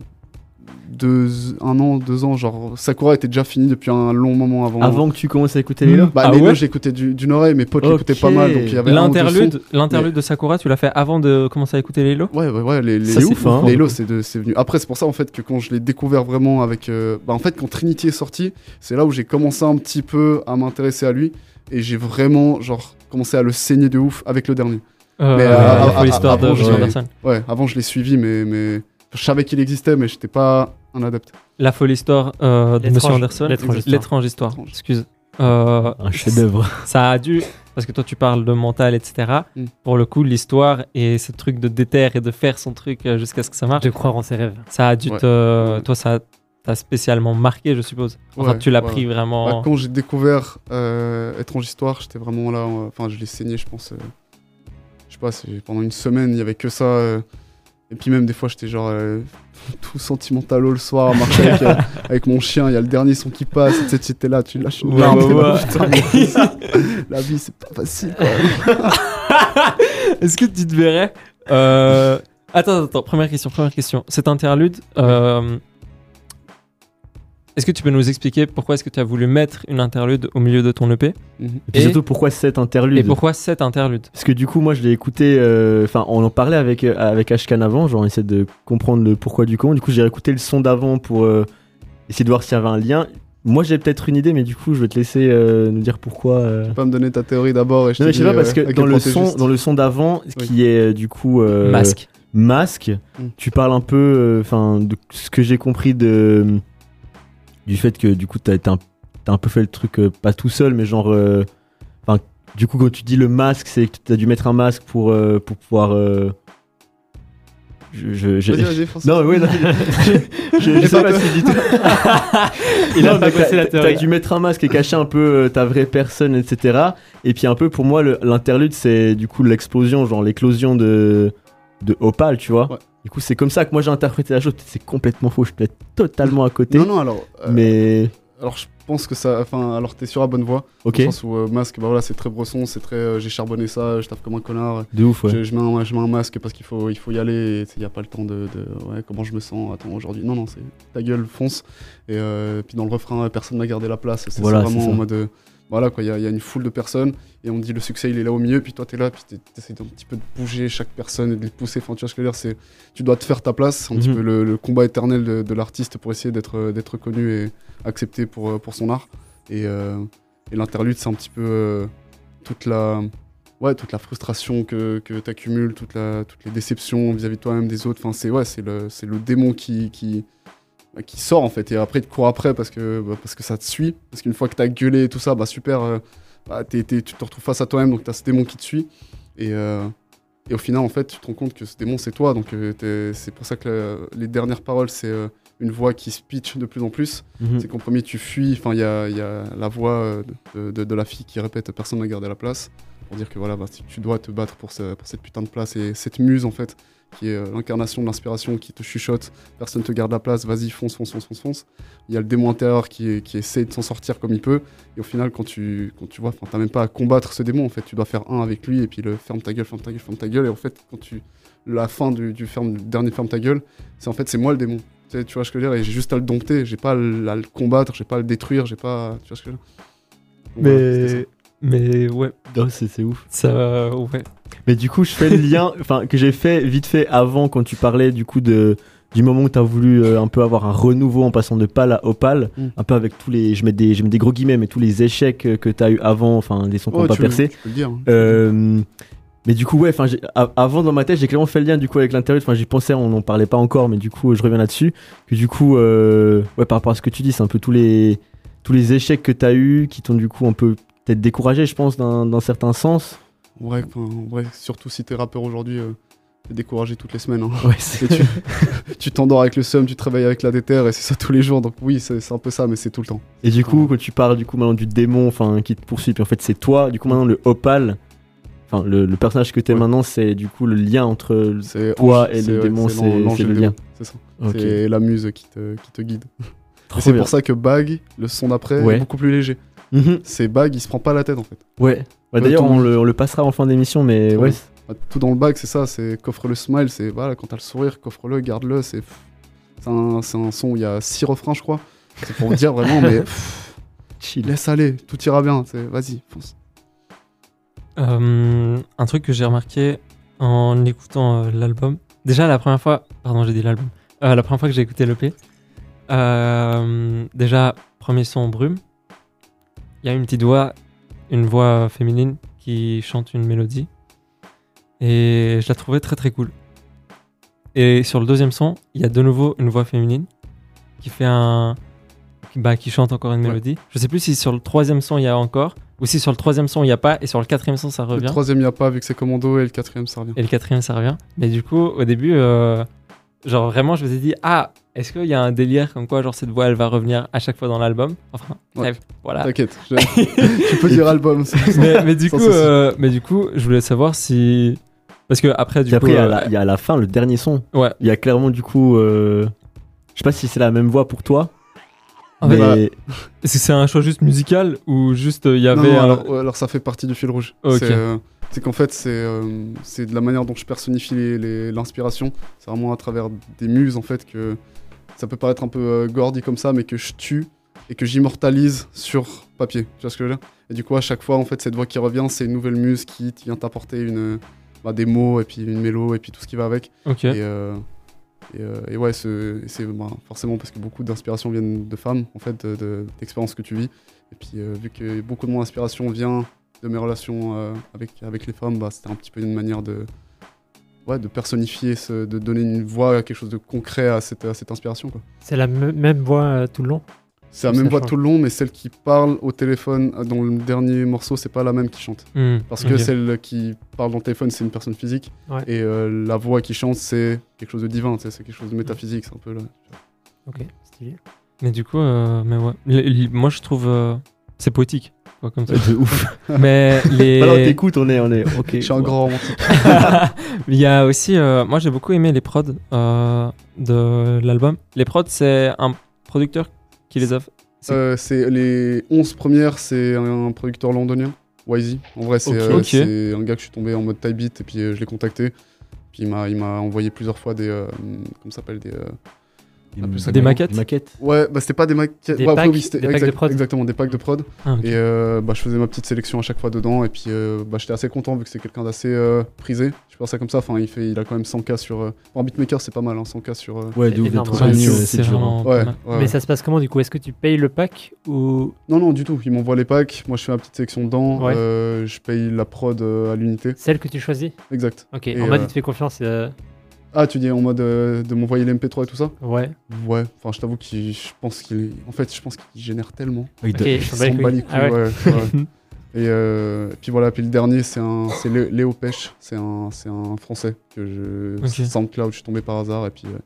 deux, un an, deux ans, genre Sakura était déjà fini depuis un long moment avant. Avant que tu commences à écouter les Mhm. lots Bah Ah Laylo, ouais j'écoutais du- d'une oreille, mes potes Ok. l'écoutaient pas mal, donc il y avait un ou deux L'interlude, l'interlude mais- de Sakura, tu l'as fait avant de commencer à écouter Laylo Ouais, ouais, ouais, les, les, Ça, c'est ouf, hein. les lots, c'est de- c'est venu. Après, c'est pour ça, en fait, que quand je l'ai découvert vraiment avec. euh, bah, en fait, quand Trinity est sorti, c'est là où j'ai commencé un petit peu à m'intéresser à lui. Et j'ai vraiment, genre, commencé à le saigner de ouf avec le dernier. Euh, Mais, euh, euh, la folle euh, histoire avant, de je Roger l'ai- Anderson. Ouais, avant, je l'ai suivi, mais, mais. Je savais qu'il existait, mais j'étais pas un adepte. La folle histoire euh, de L'étrange- Monsieur Anderson. l'étrange Exact. histoire. L'étrange histoire. L'étrange. Excuse. Euh, Un chef-d'œuvre. Ça a dû, parce que toi tu parles de mental, etc. Mm. Pour le coup, l'histoire et ce truc de déter et de faire son truc euh, jusqu'à ce que ça marche, De croire en ses rêves. ça a dû Ouais. te. Toi, ça t'a spécialement marqué, je suppose. Enfin, Ouais, tu l'as ouais. pris Bah, vraiment. quand j'ai découvert euh, Étrange Histoire, j'étais vraiment là. euh, Enfin, je l'ai saigné, je pense. euh, je sais pas, c'est- pendant une semaine, il y avait que ça. euh, et puis même des fois, j'étais genre euh, tout sentimentalo le soir, à marcher avec, euh, avec mon chien. Il y a le dernier son qui passe. Tu sais, tu étais là, tu lâches une Ouais, larme, bah ouais, t'es là, ouais. putain, mais c'est- La vie, c'est pas facile. quoi. Est-ce que tu te verrais euh, Attends, attends, première question, première question. Cet interlude, euh, est-ce que tu peux nous expliquer pourquoi est-ce que tu as voulu mettre une interlude au milieu de ton EP Mhm. Et puis Et- surtout, pourquoi cette interlude et pourquoi cette interlude Parce que du coup, moi, je l'ai écouté. euh, Enfin, on en parlait avec euh, avec Ashkan avant. Genre, on essayait de comprendre le pourquoi du comment. Du coup, j'ai écouté le son d'avant pour euh, essayer de voir s'il y avait un lien. Moi, j'ai peut-être une idée, mais du coup, je vais te laisser euh, nous dire pourquoi. euh. Tu peux pas me donner ta théorie d'abord. et Non, mais te je sais dis, pas parce que euh, à quel dans le point t'es son, juste. dans le son d'avant, ce Oui. qui est euh, du coup euh, Masque. masque, Mm. tu parles un peu, euh, enfin, de ce que j'ai compris de du fait que du coup t'as t'as un, t'as un peu fait le truc euh, pas tout seul, mais genre, euh, enfin, du coup quand tu dis le masque, c'est que t'as dû mettre un masque pour euh, pour pouvoir. euh, je, je- j'ai- Vas-y, vas-y, François. Non, oui, non, je- je- je sais pas si dit- Il a Non, pas donc bossé t'as- la T'as théorie. dû mettre un masque et cacher un peu euh, ta vraie personne, etc. Et puis un peu pour moi, le- l'interlude, c'est du coup l'explosion, genre l'éclosion de, de Opal, tu vois. Ouais. Du coup, c'est comme ça que moi j'ai interprété la chose. Peut-être C'est complètement faux, je peux être totalement à côté. Non, non, alors. euh, Mais Alors, je pense que ça. Enfin, alors, t'es sur la bonne voie. ok, Dans le sens où euh, masque, bah voilà, c'est très bresson, c'est très. euh, j'ai charbonné ça, je tape comme un connard. de ouf, ouais. Je, je mets un, je mets un masque parce qu'il faut, il faut y aller. Il n'y a pas le temps de, de- Ouais, comment je me sens Attends, aujourd'hui. Non, non, c'est ta gueule, fonce. Et euh, puis dans le refrain, euh, personne n'a gardé la place. C'est c'est Voilà, vraiment c'est ça. en mode. euh, voilà, quoi. Il y, a- il y a une foule de personnes et on me dit le succès, il est là au milieu. Puis toi, t'es là. Puis t'es- t'essayes d'un petit peu de bouger chaque personne et de les pousser. Enfin, tu vois ce que je veux dire c'est- Tu dois te faire ta place. C'est un petit Mhm. peu le, le combat éternel de, de l'artiste pour essayer d'être euh, d'être connu et accepté pour, euh, pour son art. Et, euh, et l'interlude, c'est un petit peu. euh, toute la ouais toute la frustration que, que tu accumules toute la toutes les déceptions vis-à-vis de toi-même des autres enfin c'est ouais c'est le c'est le démon qui qui bah, qui sort en fait et après il te court après parce que bah, parce que ça te suit parce qu'une fois que t'as gueulé et tout ça bah super euh, bah, t'es- t'es- tu te retrouves face à toi-même donc t'as ce démon qui te suit et euh, et au final en fait tu te rends compte que ce démon c'est toi donc euh, t'es- c'est pour ça que euh, les dernières paroles c'est euh, une voix qui se pitch de plus en plus. Mhm. C'est qu'en premier, tu fuis. Enfin, il y a, il y a la voix euh, de, de- de la fille qui répète Personne n'a gardé la place. Pour dire que voilà, bah, tu- tu dois te battre pour, ce- pour cette putain de place. Et cette muse, en fait, qui est euh, l'incarnation de l'inspiration, qui te chuchote Personne te garde la place, vas-y, fonce, fonce, fonce, fonce, fonce. Il y a le démon intérieur qui, est- qui essaie de s'en sortir comme il peut. Et au final, quand tu, quand tu vois, enfin, t'as même pas à combattre ce démon, en fait. Tu dois faire un avec lui et puis le ferme ta gueule, ferme ta gueule, ferme ta gueule. Et en fait, quand tu. La fin du, du ferme, du dernier ferme ta gueule, c'est en fait, c'est moi le démon. Tu, sais, tu vois ce que je veux dire Et j'ai juste à le dompter, j'ai pas à le, à le combattre, j'ai pas à le détruire, j'ai pas. Tu vois ce que je veux dire Donc voilà, c'était ça. Mais, mais ouais, Oh, c'est c'est ouf. ça, euh, ouais. Mais du coup, je fais le lien, enfin, que j'ai fait vite fait avant quand tu parlais du coup de, du moment où t'as voulu euh, un peu avoir un renouveau en passant de pal à opal, Mm. un peu avec tous les, je mets des, je mets des gros guillemets, mais tous les échecs euh, que t'as eu avant, enfin, des sons qu'on Oh, pas tu, le- percé. tu peux le dire. hein. Euh, mais du coup, ouais, enfin, j'ai- a- avant dans ma tête, j'ai clairement fait le lien du coup avec l'intérieur. Enfin, j'y pensais, on n'en parlait pas encore, mais du coup, je reviens là-dessus. Que du coup, euh, ouais, par rapport à ce que tu dis, c'est un peu tous les tous les échecs que t'as eu qui t'ont du coup un peu peut-être découragé, je pense, d'un d'un certain sens. En vrai, enfin, en vrai, surtout si t'es rappeur aujourd'hui, euh, t'es découragé toutes les semaines. hein. Ouais, c'est Et tu- tu t'endors avec le seum, tu te réveilles avec la déterre et c'est ça tous les jours. Donc oui, c'est c'est un peu ça, mais c'est tout le temps. Et du coup, quand tu parles du coup maintenant du démon, enfin qui te poursuit, puis en fait c'est toi. Du coup maintenant le opal, enfin le, le personnage que t'es Ouais. maintenant, c'est du coup le lien entre. C'est Toi ange- et le c'est- ouais, démon, l'an- c'est- l'ange c'est et le lien. démon, C'est ça. Ok. C'est la muse qui te, qui te guide. Trop Et c'est bien. pour ça que Bag, le son d'après, Ouais. est beaucoup plus léger. Mhm. C'est Bag, il se prend pas la tête en fait. Ouais. Bah, D'ailleurs, Tout- on le, on le passera en fin d'émission, mais Trop ouais. bien. Tout dans le bag, c'est ça, c'est coffre le smile, c'est voilà, quand t'as le sourire, coffre-le, garde-le, c'est c'est un, c'est un son, où il y a six refrains, je crois. C'est pour dire vraiment, mais Chill. laisse aller, tout ira bien, c'est- vas-y, fonce. Euh, un truc que j'ai remarqué en écoutant euh, l'album. Déjà, la première fois, pardon, j'ai dit l'album. Euh, la première fois que j'ai écouté l'EP, euh, déjà, premier son brume. Il y a une petite voix, une voix féminine qui chante une mélodie. Et je la trouvais très très cool. Et sur le deuxième son, il y a de nouveau une voix féminine qui fait un. qui- Bah, qui chante encore une Ouais. mélodie. Je sais plus si sur le troisième son il y a encore, ou si sur le troisième son il n'y a pas, et sur le quatrième son ça Le revient. troisième, il a pas, vu que c'est commando, et le quatrième, ça revient. Et le quatrième, ça revient. Mais du coup, au début, euh, genre vraiment, je me suis dit, ah, est-ce qu'il y a un délire comme quoi, genre, cette voix, elle va revenir à chaque fois dans l'album Enfin, Ouais. bref, voilà. T'inquiète, je- tu peux dire album. c'est pour ça. mais, mais du Sans coup, souci. euh, mais du coup, je voulais savoir si. Parce que après, du Puis après, coup. il y, a euh, la- il y a à la fin le dernier son. Ouais. Il y a clairement du coup, euh, je sais pas si c'est la même voix pour toi. Ah, bah, En fait, mais Est-ce que c'est un choix juste musical ou juste euh, il y Non, avait. non, un- alors, ouais, alors ça fait partie du fil rouge. Ok. C'est euh, c'est qu'en fait, c'est euh, c'est de la manière dont je personnifie les- les- l'inspiration. C'est vraiment à travers des muses, en fait, que ça peut paraître un peu euh, gordy comme ça, mais que je tue et que j'immortalise sur papier. Tu vois ce que je veux dire Et du coup, à chaque fois, en fait, cette voix qui revient, c'est une nouvelle muse qui vient t'apporter une, bah, des mots et puis une mélo et puis tout ce qui va avec. Ok. Et, euh, et, euh, et ouais, ce- et c'est bah, forcément parce que beaucoup d'inspirations viennent de femmes, en fait, de- de- d'expériences que tu vis. Et puis, euh, vu que beaucoup de mon inspiration vient de mes relations euh, avec, avec les femmes, bah, c'était un petit peu une manière de, ouais, de personnifier, ce- de donner une voix à quelque chose de concret à cette, à cette inspiration. quoi. C'est la me- même voix euh, tout le long. C'est la Ça même voix change. tout le long, mais celle qui parle au téléphone euh, dans le dernier morceau, c'est pas la même qui chante. Hmm, Parce ok. que celle qui parle dans le téléphone, c'est une personne physique. Ouais. Et euh, la voix qui chante, c'est quelque chose de divin, tu sais, c'est quelque chose de métaphysique, c'est un peu là. Ok, stylé. Mais du coup, euh, mais ouais. Le- le- moi, je trouve. euh, c'est poétique. Quoi, comme ça. de ouf. mais Bah, les. Alors bah, t'écoutes, on est, on est. Ok. Je suis un grand romantique. Il y a aussi, euh, moi j'ai beaucoup aimé les prods euh, de l'album. Les prods, c'est un producteur qui les a. fait. C'est- Euh, c'est les 11 premières, c'est un producteur londonien, YZ. En vrai, c'est Ok. euh, Ok. c'est un gars que je suis tombé en mode type beat et puis euh, je l'ai contacté. Puis il m'a il m'a envoyé plusieurs fois des. euh, comment ça s'appelle des, euh, Des, Des maquettes maquettes. Ouais, bah c'était pas des maquettes. Des ouais, après, packs- oui, c'était- des packs de prod. Exactement, des packs de prod. Ah, ok. Et euh, bah, je faisais ma petite sélection à chaque fois dedans. Et puis euh, bah, j'étais assez content vu que c'est quelqu'un d'assez euh, prisé. Je pense ça comme ça. Enfin, il, fait, il a quand même 100K sur. euh, Pour un beatmaker, c'est pas mal, hein, 100K sur. euh, Ouais, de ouf. Énorme. d'être Ouais, Ouais, revenu, c'est- euh, c'est dur, hein. vraiment. Ouais, pas mal. ouais. Mais ça se passe comment du coup Est-ce que tu payes le pack ou Non, non, du tout. Ils m'envoient les packs. Moi, je fais ma petite sélection dedans. Ouais. euh, je paye la prod euh, à l'unité. celle que tu choisis Exact. Ok, Et, en mode euh, il te fait confiance. euh, Ah, tu dis en mode euh, de m'envoyer les MP3 et tout ça Ouais. Ouais. Enfin, je t'avoue qu'il. Je pense qu'il. En fait, je pense qu'il génère tellement. Oui, de- Ok, je Il s'en s'en bat bats les les couilles. Ah couilles, ouais. ouais, ouais. Et euh, puis voilà, puis le dernier, c'est un, c'est Lé- Léo Pêche, c'est un, c'est un français que je Ok. SoundCloud, je suis tombé par hasard et puis euh,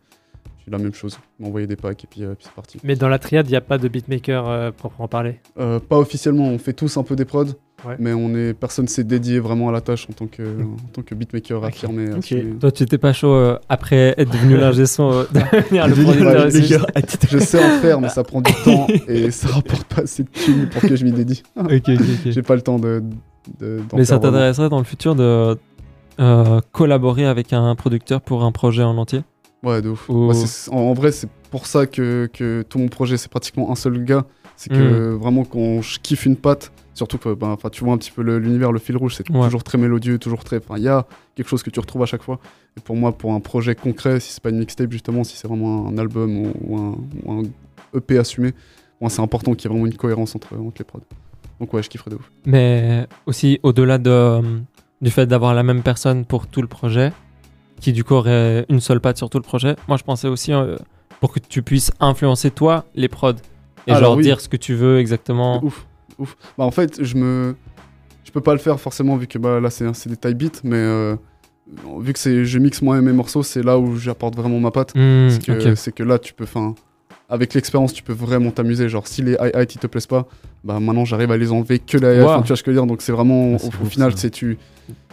J'ai eu la même chose. Ils m'ont envoyé des packs et puis, euh, puis c'est parti. Mais dans la triade, il n'y a pas de beatmaker euh, proprement parlé. Euh, pas officiellement, on fait tous un peu des prods, Ouais. mais on est, personne s'est dédié vraiment à la tâche en tant que, en tant que beatmaker affirmé. assumé. Toi, tu étais pas chaud euh, après être devenu l'ingé son euh, de devenir le Devenu producteur. l'ingé c'est juste- Je sais en faire, mais ça prend du temps et ça rapporte pas assez de thunes pour que je m'y dédie. Ok, ok, ok. J'ai pas le temps de. de- d'en Mais ça faire vraiment. t'intéresserait dans le futur de euh, collaborer avec un producteur pour un projet en entier Ouais, de ouf. Ou- Ouais, c'est- en, en vrai, c'est pour ça que, que tout mon projet, c'est pratiquement un seul gars. C'est que vraiment, quand je kiffe une patte, surtout que ben, enfin, tu vois un petit peu le- l'univers, le fil rouge, c'est Ouais. toujours très mélodieux, toujours très. enfin, Il y a quelque chose que tu retrouves à chaque fois. Et pour moi, pour un projet concret, si c'est pas une mixtape, justement, si c'est vraiment un album ou, ou un, ou un EP assumé, moi, c'est important qu'il y ait vraiment une cohérence entre, entre les prods. Donc, ouais, je kifferais de ouf. Mais aussi au-delà de, euh, du fait d'avoir la même personne pour tout le projet, qui du coup aurait une seule patte sur tout le projet, moi je pensais aussi euh, pour que tu puisses influencer toi les prods et Alors genre oui. dire ce que tu veux exactement. De Ouf, de ouf. Bah en fait, je me, je peux pas le faire forcément vu que bah là c'est c'est des taille beats, mais euh, vu que c'est, je mixe moi-même mes morceaux, c'est là où j'apporte vraiment ma patte. Hmm, c'est que, ok. c'est que là tu peux, enfin, avec l'expérience, tu peux vraiment t'amuser. Genre si les hi-hats ils te plaisent pas, bah maintenant j'arrive à les enlever que les hi Wow. tu vois ce que je veux dire. Donc c'est vraiment, Ah, c'est au, au cool, final, ça. c'est tu,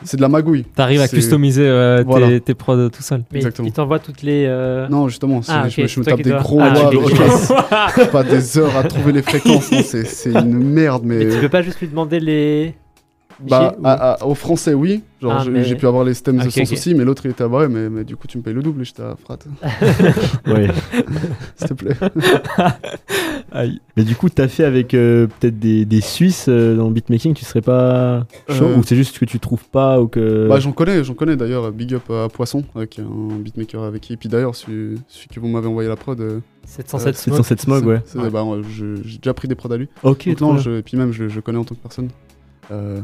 c'est de la magouille. T'arrives à c'est- customiser euh, tes- Voilà. tes, prods tout seul. Mais Exactement. il t'envoie toutes les. euh, Non justement, c'est- Ah, je, ok, me- je me c'est toi tape qui des dois- gros Ah, walls, tu je passe- je passe des heures à trouver les fréquences. Non, c'est c'est une merde, mais. Mais tu peux pas juste lui demander les. Bah, J'ai- à- à- au français, oui. Genre, Ah, je- mais- j'ai pu avoir les stems Ok, de sens ok. aussi, mais l'autre, il était à ouais, mais, mais du coup, tu me payes le double et j'étais à frat, Ouais. s'il te plaît. Aïe. Mais du coup, t'as fait avec euh, peut-être des, des Suisses euh, dans le beatmaking, tu serais pas chaud Euh, Ou c'est juste que tu trouves pas ou que... Bah, j'en connais, j'en connais d'ailleurs. Big up à Poisson, euh, qui est un beatmaker avec qui. Et puis d'ailleurs, celui, celui que vous m'avez envoyé la prod. euh, 707 C'est smoke. dans cette smog, c'est- ouais. c'est- bah, ouais, je- J'ai déjà pris des prods à lui. Ok, Donc, trop non, bien. je- et puis même, je, je connais en tant que personne. Euh,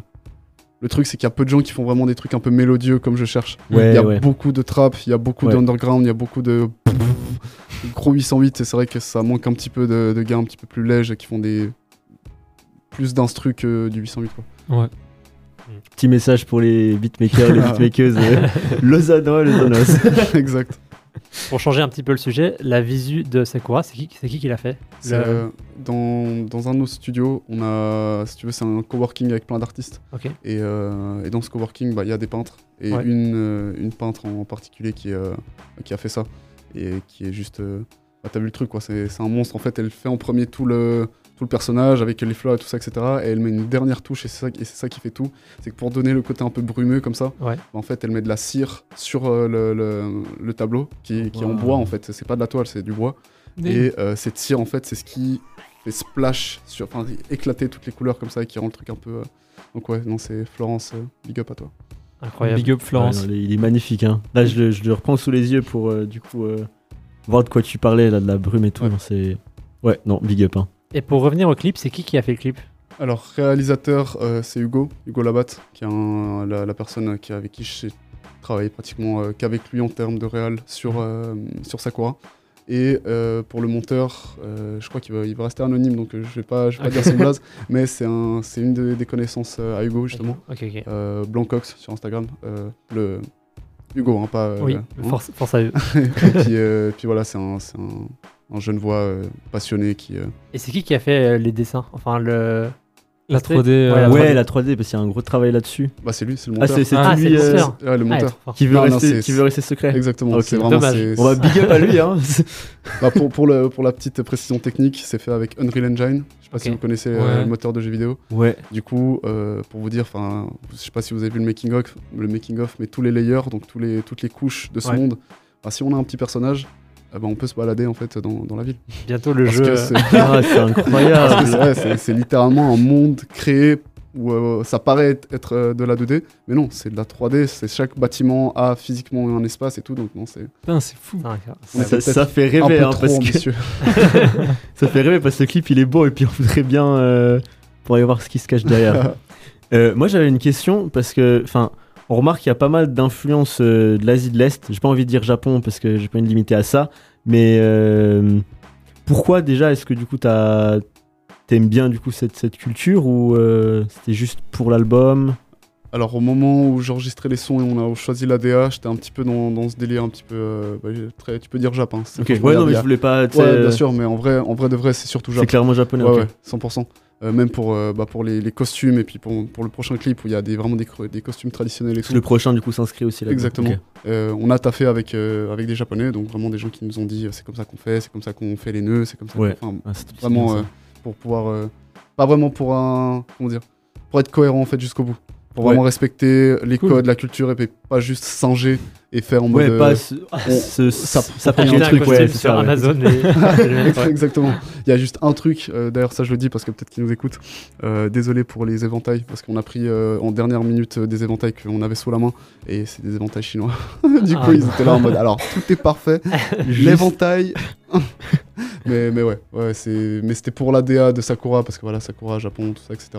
le truc, c'est qu'il y a peu de gens qui font vraiment des trucs un peu mélodieux comme je cherche. Ouais, il y a Eh ouais. beaucoup de trap, il y a beaucoup Ouais. d'underground, il y a beaucoup de de gros 808. Et c'est vrai que ça manque un petit peu de, de gars un petit peu plus légers qui font des plus d'instru que du 808. Quoi. Petit message pour les beatmakers, les beatmakers. euh, Lausannois, Lausannois. exact. Pour changer un petit peu le sujet, la visu de Sakura, c'est qui, c'est qui qui l'a fait C'est, euh, dans, dans un de nos studios, on a, si tu veux, c'est un coworking avec plein d'artistes. Ok. Et, euh, et dans ce coworking, bah, il y a des peintres. Et Ouais. une, euh, une peintre en particulier qui, euh, qui a fait ça. Et qui est juste. euh, bah, T'as vu le truc, quoi. C'est c'est un monstre. En fait, elle fait en premier tout le, tout le personnage avec les fleurs et tout ça, etc. Et elle met une dernière touche et c'est ça, et c'est ça qui fait tout. C'est que pour donner le côté un peu brumeux comme ça, Ouais. bah, en fait, elle met de la cire sur euh, le, le- le tableau qui, qui est en Wow. bois, en fait. C'est pas de la toile, c'est du bois. Et euh, cette cire, en fait, c'est ce qui fait splash, sur, enfin, éclater toutes les couleurs comme ça et qui rend le truc un peu. euh, Donc, ouais, non, c'est Florence, euh, big up à toi. Incroyable. Big up Florence. Ouais, non, il est magnifique. Hein. Là, je le, je le reprends sous les yeux pour euh, du coup euh, voir de quoi tu parlais, là, de la brume et tout. Ouais. non, c'est... ouais, non, big up. Hein. Et pour revenir au clip, c'est qui qui a fait le clip Alors, réalisateur, euh, c'est Hugo, Hugo Labatte, qui est un- la, la personne qui, avec qui j'ai travaillé pratiquement euh, qu'avec lui en termes de réal sur, euh, sur Sakura. Et euh, pour le monteur, euh, je crois qu'il va, il va rester anonyme, donc euh, je vais pas, je vais pas dire son blaze, mais c'est un, c'est une des, des connaissances euh, à Hugo, justement. Ok, ok. Euh, Blancox sur Instagram, euh, le Hugo, hein, pas. euh, oui, hein. force, force à eux. et puis, euh, puis voilà, c'est un, c'est un, un jeune voix euh, passionné qui. euh, Et c'est qui qui a fait euh, les dessins Enfin, le. La 3D. euh, Ouais, la ouais, la 3D, parce qu'il y a un gros travail là-dessus. Bah, c'est lui, c'est le Ah, monteur. c'est, c'est Ah, lui c'est le euh, monteur. Ouais, le Ah, monteur. trop fort. qui, veut Non, non, rester, c'est- qui veut rester secret. Exactement, Ok. c'est vraiment. Dommage. c'est- On va big up à lui. Hein. Bah, pour, pour, le, pour la petite précision technique, c'est fait avec Unreal Engine. Je sais pas si Ok. vous connaissez euh, Ouais. le moteur de jeux vidéo. ouais, Du coup, euh, pour vous dire, enfin, je sais pas si vous avez vu le making of, le making of, mais tous les layers, donc tous les, toutes les couches de ce Ouais. monde. bah, si on a un petit personnage, euh, bah, on peut se balader en fait dans, dans la ville. Bientôt le Parce jeu. que euh, c'est- Ah, c'est Parce que c'est incroyable. vrai, c'est- c'est littéralement un monde créé où euh, ça paraît être, être, euh, de la 2D, mais non, c'est de la 3D. C'est chaque bâtiment a physiquement un espace et tout, donc non, c'est Putain, c'est fou. putain, incroyable. Ouais, ça, peut-être ça fait un rêver, peu hein, trop parce que, ambitieux. ça fait rêver parce que le clip il est beau et puis on voudrait bien euh, pour aller voir ce qui se cache derrière. Euh, moi, j'avais une question parce que, enfin, on remarque qu'il y a pas mal d'influences euh, de l'Asie de l'Est. J'ai pas envie de dire Japon parce que j'ai pas une limitée à ça, mais euh, pourquoi déjà est-ce que du coup t'as- t'aimes bien du coup cette, cette culture ou euh, c'était juste pour l'album Alors au moment où j'enregistrais les sons et on a choisi l'ADA, j'étais un petit peu dans, dans ce délire un petit peu euh, bah, j'ai très, tu peux dire Japon. c'est Ok, quand je ouais, non, regarde mais la- je voulais pas. tu sais, Ouais, bien euh, sûr, mais en vrai, en vrai de vrai, c'est surtout C'est Japon. clairement japonais. Ouais, ok. ouais, 100%. Euh, même pour, euh, bah, pour les, les costumes et puis pour, pour le prochain clip où il y a des, vraiment des, cre- des costumes traditionnels et Parce tout. que Le prochain, du coup, s'inscrit aussi là. Exactement. Euh, on a taffé avec, euh, avec des japonais, donc vraiment des gens qui nous ont dit euh, c'est comme ça qu'on fait, c'est comme ça qu'on fait les nœuds, c'est comme ça Ouais. qu'on. Enfin, vraiment euh, pour pouvoir. euh, pas vraiment pour un. Comment dire Pour être cohérent en fait jusqu'au bout. Pour Ouais. vraiment respecter les Cool. codes, la culture et puis pas juste singer et faire en Ouais, mode. pas euh, ce- on- ce- ça- ça J'ai pète le acheté un truc, ouais, costume c'est sur ça. ouais. Amazon et- et le mec, ouais. Exactement. Il y a juste un truc, euh, d'ailleurs ça je le dis parce que peut-être qu'ils nous écoutent. Euh, désolé pour les éventails parce qu'on a pris euh, en dernière minute euh, des éventails qu'on avait sous la main et c'est des éventails chinois. du coup Ah. ils étaient là en mode alors tout est parfait, l'éventail. mais, mais ouais, ouais c'est mais c'était pour la DA de Sakura parce que voilà Sakura Japon tout ça etc.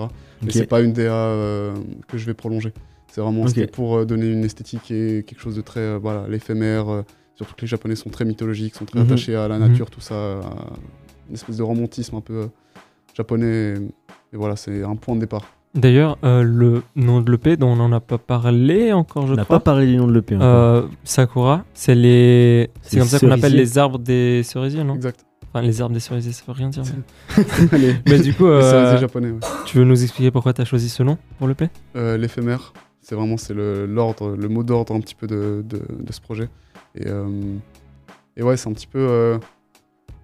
Mais Ok. c'est pas une DA euh, que je vais prolonger. C'est vraiment Ok. c'était pour euh, donner une esthétique et quelque chose de très euh, voilà l'éphémère. euh, surtout que les Japonais sont très mythologiques, sont très Mhm. attachés à la Mhm. nature, tout ça, à une espèce de romantisme un peu euh, japonais. Et voilà, c'est un point de départ. D'ailleurs, euh, le nom de l'EP dont on n'en a pas parlé encore, je On n'a crois. pas parlé du nom de l'EP. encore. Euh, Sakura, c'est les. C'est Les comme ça qu'on appelle cerisiers. les arbres des cerisiers, non Exact. Enfin, les arbres des cerisiers, ça veut rien dire. mais- les les Mais du coup, euh, cerisiers japonais. ouais. tu veux nous expliquer pourquoi tu as choisi ce nom pour l'EP Euh, l'éphémère, c'est vraiment c'est le l'ordre, le mot d'ordre un petit peu de, de, de ce projet. Et, euh, et ouais, c'est un petit peu euh,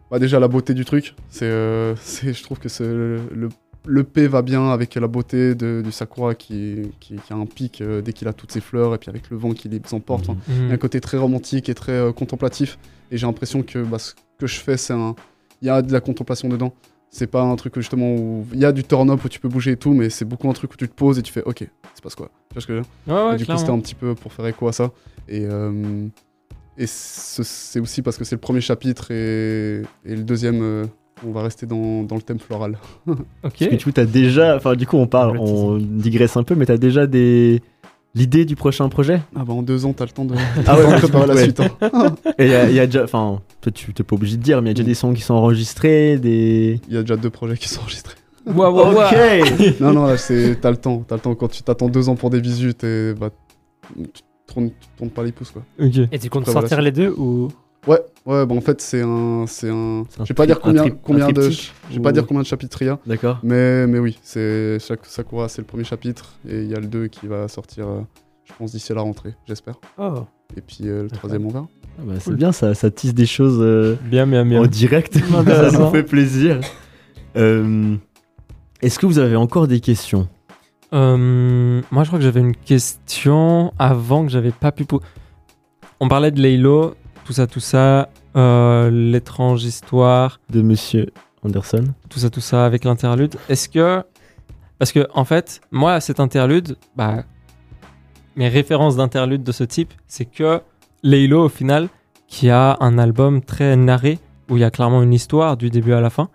bah, déjà la beauté du truc. C'est, euh, c'est- je trouve que c'est le, le, le P va bien avec la beauté de- du sakura qui, qui, qui a un pic euh, dès qu'il a toutes ses fleurs et puis avec le vent qui les emporte. Enfin, Hmm. Il y Mm. a un côté très romantique et très euh, contemplatif. Et j'ai l'impression que bah, ce que je fais, c'est un. Il y a de la contemplation dedans. C'est pas un truc justement où il y a du turn-up où tu peux bouger et tout, mais c'est beaucoup un truc où tu te poses et tu fais OK, c'est passe quoi. Tu vois ce que je veux dire Ouais, Et Bah, Du coup, c'était un petit peu pour faire écho à ça. Et, euh, et ce- c'est aussi parce que c'est le premier chapitre et, et le deuxième, euh, on va rester dans, dans le thème floral. Ok. Parce que du coup, t'as déjà. Enfin, du coup, on parle, on digresse un peu, mais t'as déjà des. L'idée du prochain projet Ah bah en deux ans, t'as le temps de, Ah ouais, de préparer la ouais. suite. hein. Et il y, a- y a déjà. Enfin, toi, tu t'es pas obligé de dire, mais il y a déjà des sons qui sont enregistrés, des. Il y a déjà deux projets qui sont enregistrés. Ouah, ouah, ouah. Ok Non, non, là, c'est- t'as le temps. T'as le temps. Quand tu t'attends deux ans pour des visus, t'es. Bah, tu tournes, tu tournes pas les pouces, quoi. Ok. Et tu comptes Après, voilà, sortir les deux ou Ouais, ouais, bah en fait, c'est un. C'est un. C'est un Je vais pas tri- dire un combien, tri- un combien de. triptyque Je vais pas ou- dire combien de chapitres il y a, D'accord. mais, mais oui, c'est. Chaque Sakura, c'est le premier chapitre, et il y a le 2 qui va sortir, euh, je pense, d'ici la rentrée, j'espère. Oh, Et puis euh, le troisième, on verra. Ah bah, c'est bien, ça, ça tisse des choses euh, Bien, bien, bien. en direct. ça Intéressant. nous fait plaisir. Euh, Est-ce que vous avez encore des questions Euh, moi, je crois que j'avais une question avant que j'avais pas pu poser. On parlait de Laylo, tout ça, tout ça, euh, l'étrange histoire, de Monsieur Anderson tout ça, tout ça, avec l'interlude. Est-ce que. Parce que, en fait, moi, cet interlude, bah, mes références d'interlude de ce type, c'est que Laylo, au final, qui a un album très narré, où il y a clairement une histoire du début à la fin.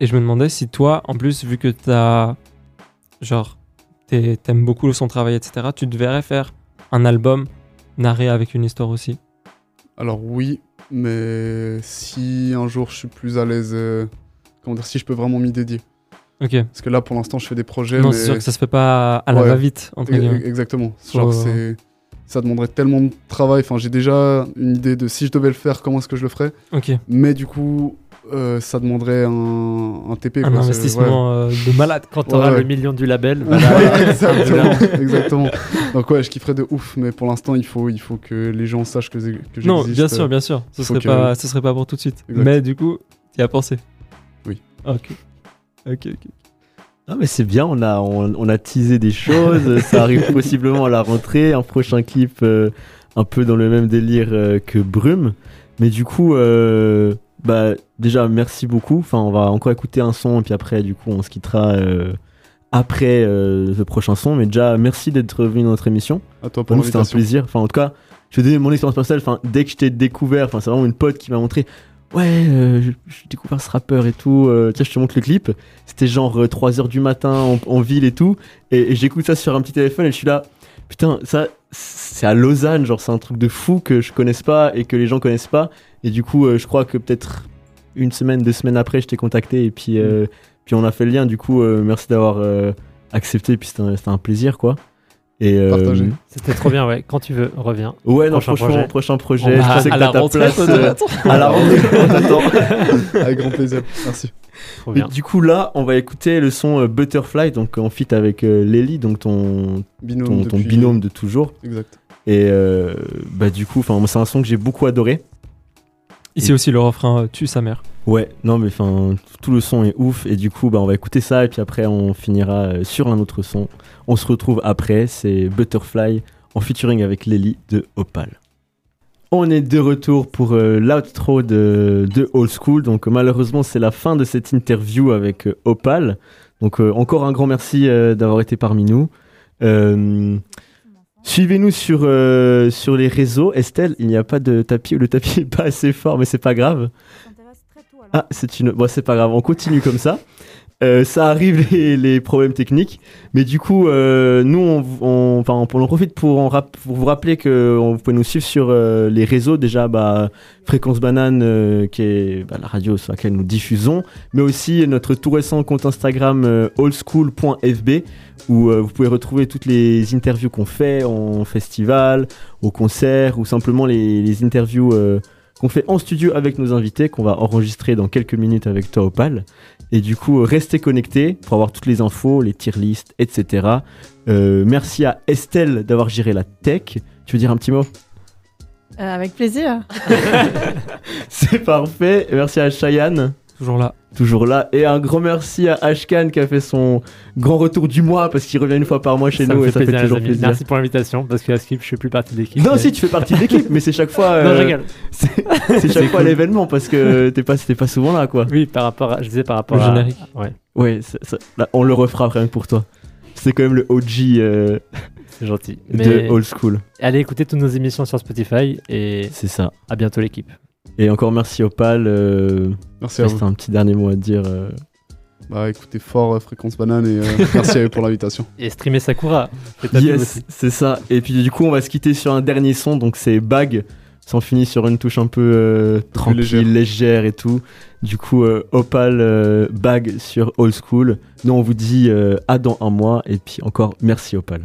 Et je me demandais si toi, en plus, vu que t'as. Genre, t'es- t'aimes beaucoup son travail, etc., tu te verrais faire un album narré avec une histoire aussi. Alors oui, mais si un jour je suis plus à l'aise, euh, comment dire, si je peux vraiment m'y dédier. Ok. Parce que là, pour l'instant, je fais des projets. Non, mais... c'est sûr que ça se fait pas à la Ouais. va-vite, entre E- guillemets. Exactement. Genre, euh, c'est- ça demanderait tellement de travail. Enfin, j'ai déjà une idée de si je devais le faire, comment est-ce que je le ferais. Ok. Mais du coup, euh, ça demanderait un, un TP. quoi. Un C'est- investissement euh, de malade. quand t'auras Ouais, ouais. le million du label, ouais. bah là, Ouais, exactement, exactement. Donc ouais, je kifferais de ouf, mais pour l'instant, il faut, il faut que les gens sachent que, que j'existe. euh, Non, bien sûr, bien sûr. Ce faut serait, que- pas, ce serait pas pour tout de suite. Exact. Mais du coup, t'y as pensé. Oui. Ok. Ok, ok. Non mais c'est bien, on a, on, on a teasé des choses, ça arrive possiblement à la rentrée, un prochain clip euh, un peu dans le même délire euh, que Brume. Mais du coup, euh, bah, déjà merci beaucoup, enfin, on va encore écouter un son et puis après du coup on se quittera euh, après euh, le prochain son. Mais déjà merci d'être venu dans notre émission. À toi pour Pour nous, c'était un l'invitation. plaisir. Enfin, en tout cas, je vais donner mon expérience personnelle. Enfin, dès que je t'ai découvert, enfin, c'est vraiment une pote qui m'a montré. Ouais, euh, je- j'ai découvert ce rappeur et tout. euh, tiens, je te montre le clip. C'était genre 3h du matin en, en ville et tout. Et, et j'écoute ça sur un petit téléphone et je suis là. Putain, ça, c'est à Lausanne. Genre, c'est un truc de fou que je connaisse pas et que les gens connaissent pas. Et du coup, euh, je crois que peut-être une semaine, deux semaines après, je t'ai contacté et puis, Mm. euh, puis on a fait le lien. Du coup, euh, merci d'avoir euh, accepté. Et puis c'était un, c'était un plaisir, quoi. Et, euh, Partagé. C'était trop bien, ouais. Quand tu veux, reviens. ouais, non, Prochain franchement, projet. prochain On projet. va je sais que à t'as la ta rentrée, place on euh, à la rentrée. on t'attend. Avec grand plaisir. Merci. Trop Mais bien. du coup, là, on va écouter le son euh, Butterfly, donc en fit avec euh, Lely, donc ton, Binôme. ton, ton depuis- binôme de toujours. Exact. Et euh, bah, du coup, 'fin, moi, c'est un son que j'ai beaucoup adoré. Ici aussi, le refrain euh, tue sa mère. Ouais, non, mais enfin, tout le son est ouf. Et du coup, bah, on va écouter ça. Et puis après, on finira euh, sur un autre son. On se retrouve après. C'est Butterfly en featuring avec Lely de Opal. On est de retour pour euh, l'outro de, de Old School. Donc, euh, malheureusement, c'est la fin de cette interview avec euh, Opal. Donc, euh, encore un grand merci euh, d'avoir été parmi nous. Euh, Suivez-nous sur, euh, sur les réseaux. Estelle, il n'y a pas de tapis ou le tapis n'est pas assez fort, mais c'est pas grave. Ah, c'est une. Bon, c'est pas grave, on continue comme ça. Euh, ça arrive les, les problèmes techniques, mais du coup, euh, nous, on, on, enfin, on en profite pour, en rap- pour vous rappeler que on- vous pouvez nous suivre sur euh, les réseaux. Déjà, bah, Fréquence Banane, euh, qui est bah, la radio sur laquelle nous diffusons, mais aussi notre tout récent compte Instagram euh, oldschool.fb, où euh, vous pouvez retrouver toutes les interviews qu'on fait en festival, au concert, ou simplement les, les interviews. euh, qu'on fait en studio avec nos invités, qu'on va enregistrer dans quelques minutes avec toi, Opal. Et du coup, euh, restez connectés pour avoir toutes les infos, les tier lists, etc. Euh, merci à Estelle d'avoir géré la tech. Tu veux dire un petit mot Euh, avec plaisir. C'est parfait. Merci à Cheyenne, Toujours là. toujours là. Et un grand merci à Ashkan qui a fait son grand retour du mois parce qu'il revient une fois par mois chez Ça nous me et ça fait plaisir, les toujours amis. plaisir. Merci pour l'invitation, parce que la skip, je suis plus partie de l'équipe. Non, mais- si tu fais partie de l'équipe, mais c'est chaque fois, Non, je euh, rigole. c'est c'est chaque fois l'événement parce que t'es pas, t'es pas souvent là, quoi. Oui, par rapport à- je disais par rapport Le à- générique. Ouais, Ouais, ça- ça- là, on le refera rien que pour toi. C'est quand même le OG euh, c'est gentil. de Mais Old School. allez écouter toutes nos émissions sur Spotify et C'est ça. à bientôt l'équipe. Et encore merci Opal. Euh, Merci à vous. C'était un petit dernier mot à dire. euh. Bah écoutez fort euh, Fréquence Banane et euh, merci à eux pour l'invitation. Et streamer Sakura. c'est à vous Yes, aussi. c'est ça. Et puis du coup, on va se quitter sur un dernier son. Donc c'est Bag. Ça en finit sur une touche un peu euh, tranquille, légère. légère. et tout. Du coup, euh, Opal euh, Bag sur Old School. Nous, on vous dit euh, à dans un mois. Et puis encore merci Opal.